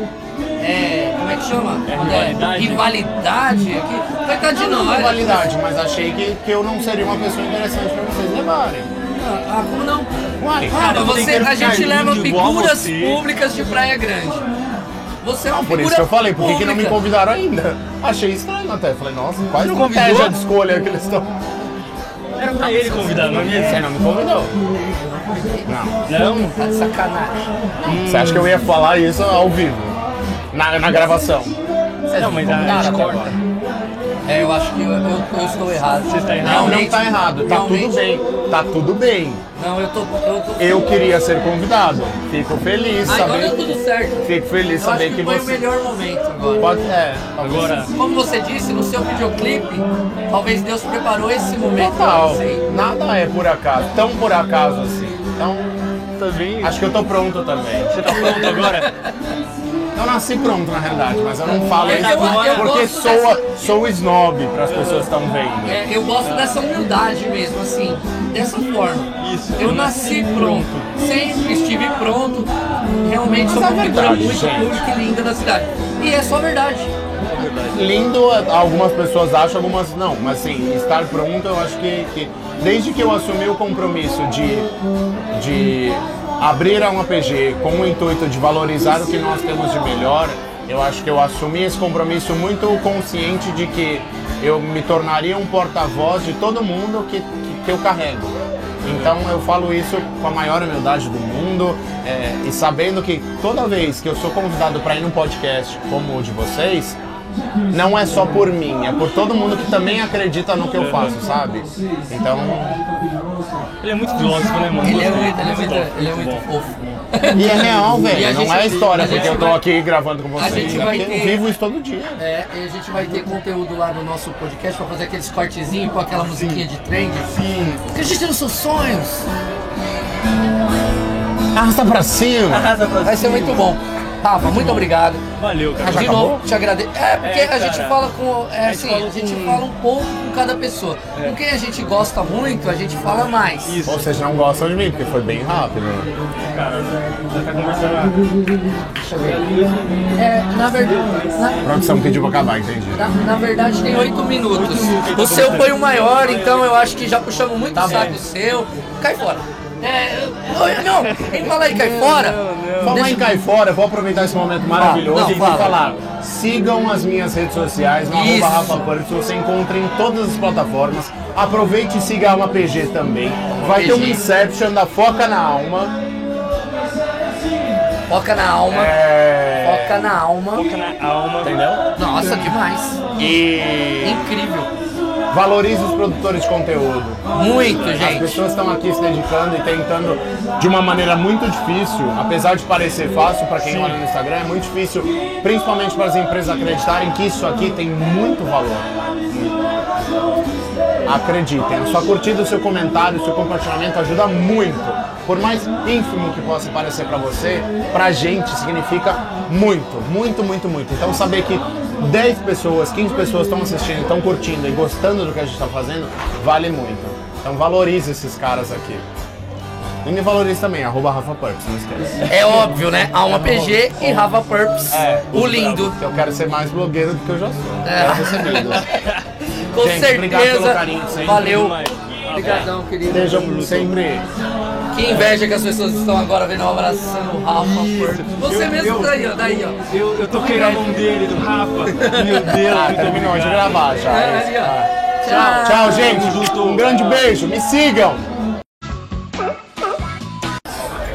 É, como é que chama? É, rivalidade aqui? Coitado Tá de Não, é nós. rivalidade, mas achei que, que eu não seria uma pessoa interessante pra vocês levarem. Ah, como não? Uai, Rafa, cara, você, eu tenho a gente carinho leva igual a figuras você. públicas de Praia Grande. Você é uma Por figura isso que eu falei, por que, que não me pública. convidaram ainda? Achei estranho até. Falei, nossa, quase Não não convidou? Ah, inveja de escolha que eles estão. Era pra ele convidar, não é mesmo? Você não me convidou. Não. Não? Tá de sacanagem. Você acha que eu ia falar isso ao vivo? Na, na gravação? não, mas a gente corta. É, eu acho que eu, eu- eu estou errado. Você está Não, não tá errado. Tá tudo bem. Tá tudo bem. Não, eu tô. Eu, tô- Eu queria ser convidado. Fico feliz Ah, agora saber. deu tudo certo. Fico feliz Eu acho saber que que foi você. o melhor momento agora. Pode, é, Agora. Como você disse, no seu videoclipe, talvez Deus preparou esse momento pra Total. você. Nada é por acaso. Tão por acaso assim. Então. Acho que eu tô pronto também. Você tá pronto agora? Eu nasci pronto, na realidade, mas eu não falo Eu- isso eu- eu porque gosto soa, sou snob para as pessoas que estão vendo. É, eu gosto dessa humildade mesmo, assim, dessa forma. Isso. Eu né? nasci pronto, sempre estive pronto. Realmente sou Mas é uma figura verdade, muito gente. única e linda da cidade. E é só verdade. Lindo, algumas pessoas acham, algumas não. Mas assim, estar pronto, eu acho que, que desde que eu assumi o compromisso de, de abrir a 1PG com o intuito de valorizar o que nós temos de melhor, eu acho que eu assumi esse compromisso muito consciente de que eu me tornaria um porta-voz de todo mundo que, que, que eu carrego. Então eu falo isso com a maior humildade do mundo é, e sabendo que toda vez que eu sou convidado para ir num podcast como o de vocês, não é só por mim, é por todo mundo que também acredita no que eu faço, sabe? Então. Ele é muito filósofo, né, mano? Ele é muito, ele é muito, ele é muito fofo. E é real, E a velho. gente- Não é história, a gente porque eu tô vai- aqui gravando com A vocês. gente né? vai Porque ter. eu vivo isso todo dia. É, e a gente vai ter conteúdo lá no nosso podcast pra fazer aqueles cortezinhos com aquela musiquinha de trend. Sim. Acredite nos seus sonhos. Arrasta pra cima. Vai ser muito bom. Rafa, muito obrigado. Valeu, cara. De novo, te agradeço. É, porque É, a gente cara. fala com. É, A gente assim, fala a gente com- É. fala um pouco com cada pessoa. Com quem a gente gosta muito, a gente fala mais. Ou vocês não gostam de mim, porque foi bem rápido. Cara, já tá conversando. Deixa eu ver. É, na verdade. A na- produção pediu pra acabar, entendi. Na, na verdade tem oito minutos. então O seu tá foi o bom. maior, então eu acho que já puxamos Tá muito o saco seu. Cai fora. É, eu- não, quem fala em cai fora. Falar em Cai Fora, vou aproveitar esse momento maravilhoso não, e fala. vou falar. Sigam as minhas redes sociais, no Isso. arroba Rafa Purvis, você encontra em todas as plataformas. Aproveite e siga a Alma PG também. Vai ter um PG. Inception da Foca na Alma. Foca na alma. É. Foca na alma. Foca na alma. Entendeu? Nossa, demais. E. Incrível. Valorize os produtores de conteúdo. Muito, As gente. pessoas estão aqui se dedicando e tentando de uma maneira muito difícil, apesar de parecer fácil para quem Sim. olha no Instagram, é muito difícil, principalmente para as empresas acreditarem que isso aqui tem muito valor. Acreditem, a sua curtida, o seu comentário, o seu compartilhamento ajuda muito. Por mais ínfimo que possa parecer para você, pra gente significa muito, muito, muito, muito. Então saber que 10 pessoas, 15 pessoas estão assistindo, estão curtindo e gostando do que a gente está fazendo, vale muito. Então valorize esses caras aqui. E me valorize também, arroba Rafa Purps, não esquece. É óbvio, né? Alma PG e Rafa Purps. É, o lindo. Eu quero ser mais blogueiro do que eu já sou. É. Quero ser lindo. Com Gente, obrigado pelo certeza. carinho de sempre. Valeu. Demais. Obrigadão, querido. Sejam sempre. Que inveja que as pessoas estão agora vendo eu abraçando o Rafa Purps. Você Eu- mesmo eu- tá aí, ó. Daí, ó. Eu, eu toquei na mão dele, do Rafa. Meu Deus. Ah, terminou de gravar já. É, Esse ali, ó. cara. Tchau. Tchau, tchau, gente. Um grande beijo. Me sigam.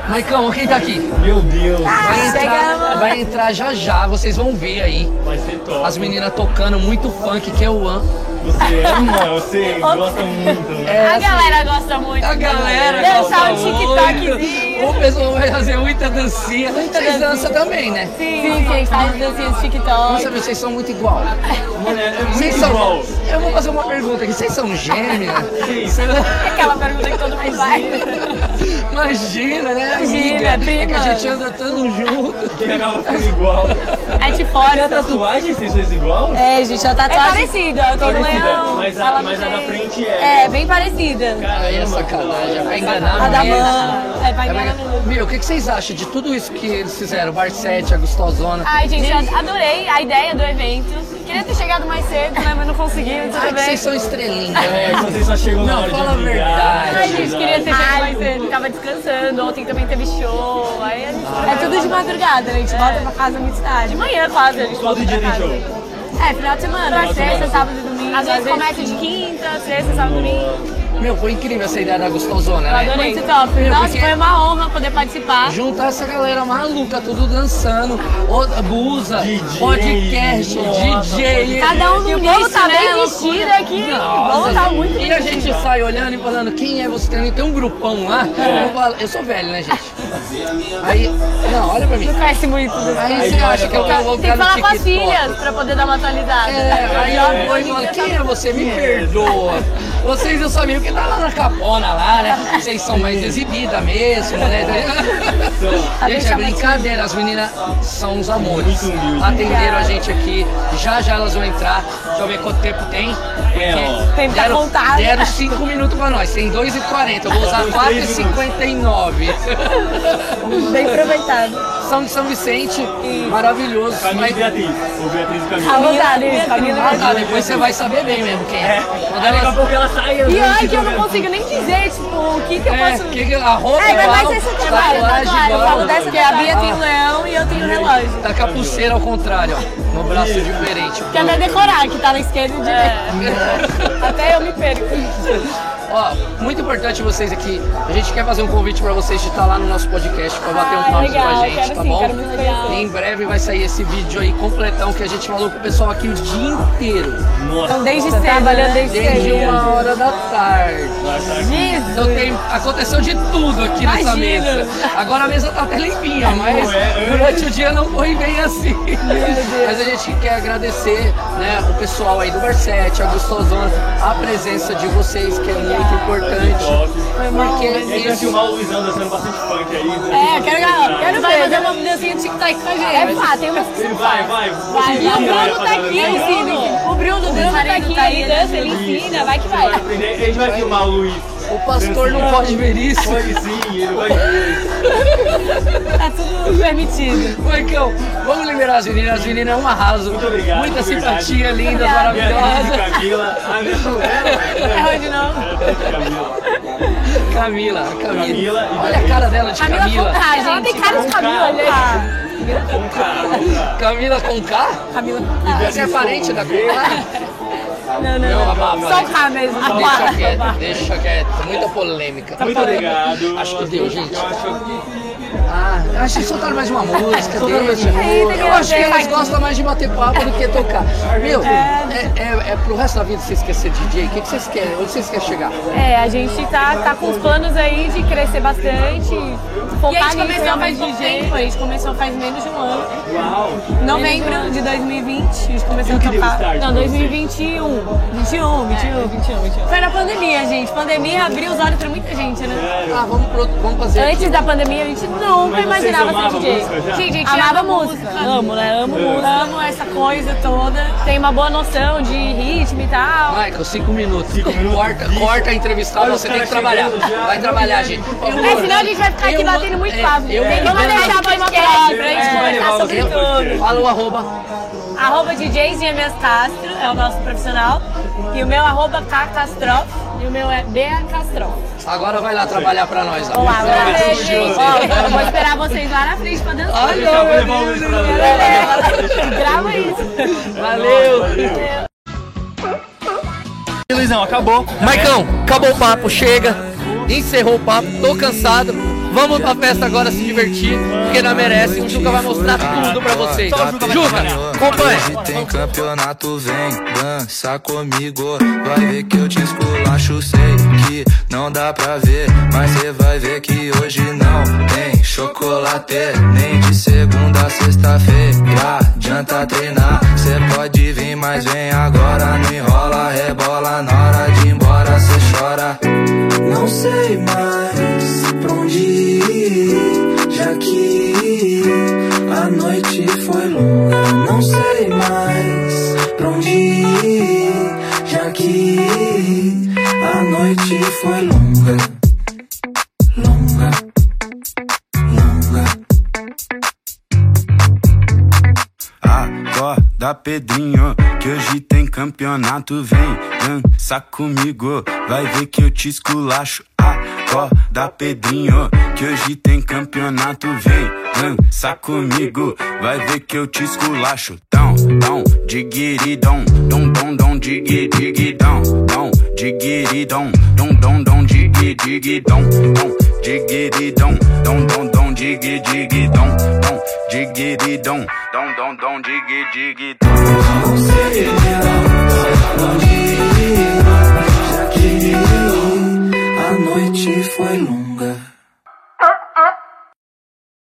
Maicão, quem tá aqui? Meu Deus. Ah, Vai entrar, Chegamos. vai entrar já já, vocês vão ver aí. Vai ser top. As meninas tocando muito funk, que é o An. Você ama, você gosta muito. É, a galera gosta muito. A galera Dançar gosta o TikTokzinho. muito. O pessoal vai fazer muita dancinha. Muita vocês dancinha. dançam também, né? Sim, sim, a gente faz dancinhas de TikTok. Nossa, vocês são muito igual. Mulher, é Vocês muito são... igual. Eu vou fazer uma pergunta aqui. Vocês são gêmeas? Aquela pergunta que todo mundo faz. Imagina, né? Imagina, amiga? É que a prima. gente anda tanto junto. Que legal, foi igual. A gente pode. Tem a tatuagem, vocês dois igual? É, gente, a tatuagem... É parecida, eu tô no Parecida, leão. mas a- ela mas a tem- da frente é- É, bem parecida. Aí é sacanagem, vai enganar A da mesmo. mãe. É, vai enganar mesmo. Meu, o que, que vocês acham de tudo isso que eles fizeram? Bar 7, a Gostosona. Ai, gente, eu adorei a ideia do evento. Queria ter chegado mais cedo, né? Mas não consegui, tudo Ai, que bem. vocês são estrelinhas. É, vocês só chegam na Não, hora de fala a brigar. verdade. Ai, gente, queria ter chegado Ai, mais cedo. Tava descansando, ontem também teve show. Aí a gente É tudo de madrugada, a gente volta pra casa muito tarde. De manhã quase, a gente volta Todo dia pra tem casa. show. É, final de semana. Final de sexta, semana. sábado e domingo. Às vezes começa de quinta, sexta, sábado e domingo. Meu, foi incrível essa ideia da Gostosona, Eu né? adorei esse top. Meu, Nossa, porque foi uma honra poder participar. Juntar essa galera maluca, tudo dançando, outra- blusa, podcast, Nossa, DJ. Cada um num E o povo nicho, tá né? vestido Loucura. Nossa, Vamos gente. E a gente sai olhando e falando, quem é você? Tem um grupão lá. É. Eu, falo, eu sou velho, né, gente? Aí, não, olha pra mim. Não conhece muito. né? Aí você acha que eu vou Tem que colocar falar no com as TikTok. filhas pra poder dar uma atualizada. É, aí eu vou e falo, quem é você? Me perdoa. Vocês eu sabia porque tá lá na capona lá, né? Vocês são mais exibidas mesmo, né? Gente, é brincadeira, as meninas são os amores. Atenderam a gente aqui, já já elas vão entrar. Deixa eu ver quanto tempo tem. É, ó. Tempo tá deram, contado. Deram 5 minutos pra nós, tem 2h40. Eu Então, Tá vou usar Dois, três 4h59. Bem aproveitado. São de São Vicente, maravilhoso. Camila e mas- Beatriz. O Beatriz e Camila. Alô, né? Dali, Ah, depois você vai saber bem mesmo quem é. Quando Daqui a ela... pouco ela sai E andando olha de que eu não jogador. consigo nem dizer, tipo, o que que eu É, posso... que que- a roupa É, mas vai igual, ser essa tatuagem, tatuagem tatuagem. Eu igual. falo dessa, porque a Bia tem Ah. leão e eu tenho relógio. Tá com a pulseira ao contrário, ó. No braço diferente. Quer até decorar, que tá na esquerda e direita. Até eu me perco. Ó, muito importante vocês aqui. A gente quer fazer um convite pra vocês de estar lá no nosso podcast pra bater um Ah, papo com legal, a gente, quero tá sim, bom? quero muito conhecer. E em breve vai sair esse vídeo aí completão que a gente falou com o pessoal aqui o dia inteiro. Tá Então, desde cedo, Trabalhando né? desde Desde cedo. uma hora da tarde. Jesus. Então tem, aconteceu de tudo aqui nessa Imagina. mesa. Agora a mesa tá até limpinha, mas Não é, é. durante o dia não foi bem assim. Deus. Mas a gente quer agradecer né, o pessoal aí do Barset, a Gostosona, a presença de vocês, que é muito importante. Porque A gente vai isso- filmar o Luizão dançando bastante funk aí. né? É, eu quero gravar. Quero vai, um vai fazer uma dancinha de um TikTok com a gente. É pá, tem umas que Vai, vai. Vai, e o Bruno tá aqui, ele ensina. O Bruno, o Bruno tá aqui, ele dança, ele ensina, vai que vai. A gente vai filmar o Luiz. O pastor não pode ver isso. Pode sim, ele vai ver. Tá tudo permitido. Marcão, vamos liberar as meninas. As meninas é um arraso. Muito obrigado. Muita de verdade. simpatia, lindas, Obrigado. maravilhosas. Beatriz, Camila. Ah, Ah, A minha É onde não. Camila, Camila. Camila e Olha a cara dela de Camila com Camila. K, gente. Ela tem cara de Camila, Camila né? Com cara. Camila com K? Camila Você é parente da Beatriz Não, Camila? Não, não, abafa, não. Só o deixa- K mesmo. Deixa quieto, deixa quieto. Muita polêmica. Muito obrigado. Acho que deu, gente. Ah, acho que soltaram mais uma música. Soltaram mais deixa. uma música. Eu acho que elas gostam mais de bater papo do que tocar. Meu, é, é, é pro resto da vida você esquecer DJ. O que, que vocês querem? Onde vocês querem chegar? É, a gente tá, tá com os planos aí de crescer bastante, E a focar Tá gente nisso, começou realmente faz pouco de jeito. tempo? A gente começou faz menos de um ano. Uau. Novembro de 2020, a gente começou a que deu tocar. start Não, pra 2021. 21, 21, 21, 21. Foi na pandemia, gente. Pandemia abriu os olhos pra muita gente, né? Ah, vamos, pro, vamos fazer. Antes da pandemia, a gente nunca Mas vocês imaginava ser amavam DJ. música já? É. Gente, a gente Amava ama música. Amo, né? Amo música. É. Amo essa coisa toda. Tem uma boa noção de ritmo e tal. Michael, cinco minutos. Corta, corta a entrevistada, Olha os você tem que caras trabalhar. chegando já. Vai trabalhar, gente. por favor. É, senão a gente vai ficar aqui Eu- batendo muito é, papo. eu- Vamos eu- deixar eu- pra uma eu- próxima, pra gente é, conversar sobre eu- tudo. Fala o arroba. Arroba DJs e MS Castro, é o nosso profissional. E o meu arroba K Castrof. E o meu é Bea Castrof. Agora vai lá trabalhar pra nós. ó. Olá, Vai pra tudo ver, de gente. você. Ó, eu vou esperar vocês lá na frente pra dançar. É. Olha, Eu vou levar o Grava isso. Valeu. Luizão, acabou. Maicão, acabou o papo, chega. Encerrou o papo, tô cansado. Vamos pra festa agora se divertir, porque não merece. O Juca vai mostrar tudo pra vocês. Só o Juca vai Juca, acompanha. Hoje tem campeonato, vem dança comigo. Vai ver que eu te esculacho, sei que não dá pra ver. Mas cê vai ver que hoje não tem chocolate. Nem de segunda a sexta-feira adianta treinar. Cê pode vir, mas vem agora. Não enrola, rebola na hora de ir embora, cê chora. Não sei mais pra onde ir, já que a noite foi longa. Não sei mais pra onde ir, já que a noite foi longa. Longa, longa. Acorda, Pedrinho, que hoje tem campeonato. Vem dança comigo, vai ver que eu te esculacho. Acorda, Pedrinho, que hoje tem campeonato. Vem dança comigo, vai ver que eu te esculacho. Dão, dão, diguiridão, dom, dom, dom, digui, digui, dão, dão, diguiridão, dom, dom, dom, digui, digui, dom, dom, diguiridão, dom, dom, dom, digui, digui, dom, dom, diguiridão, dom, dom, dom, digui, digui, dom. Não sei, não sei, A noite foi longa.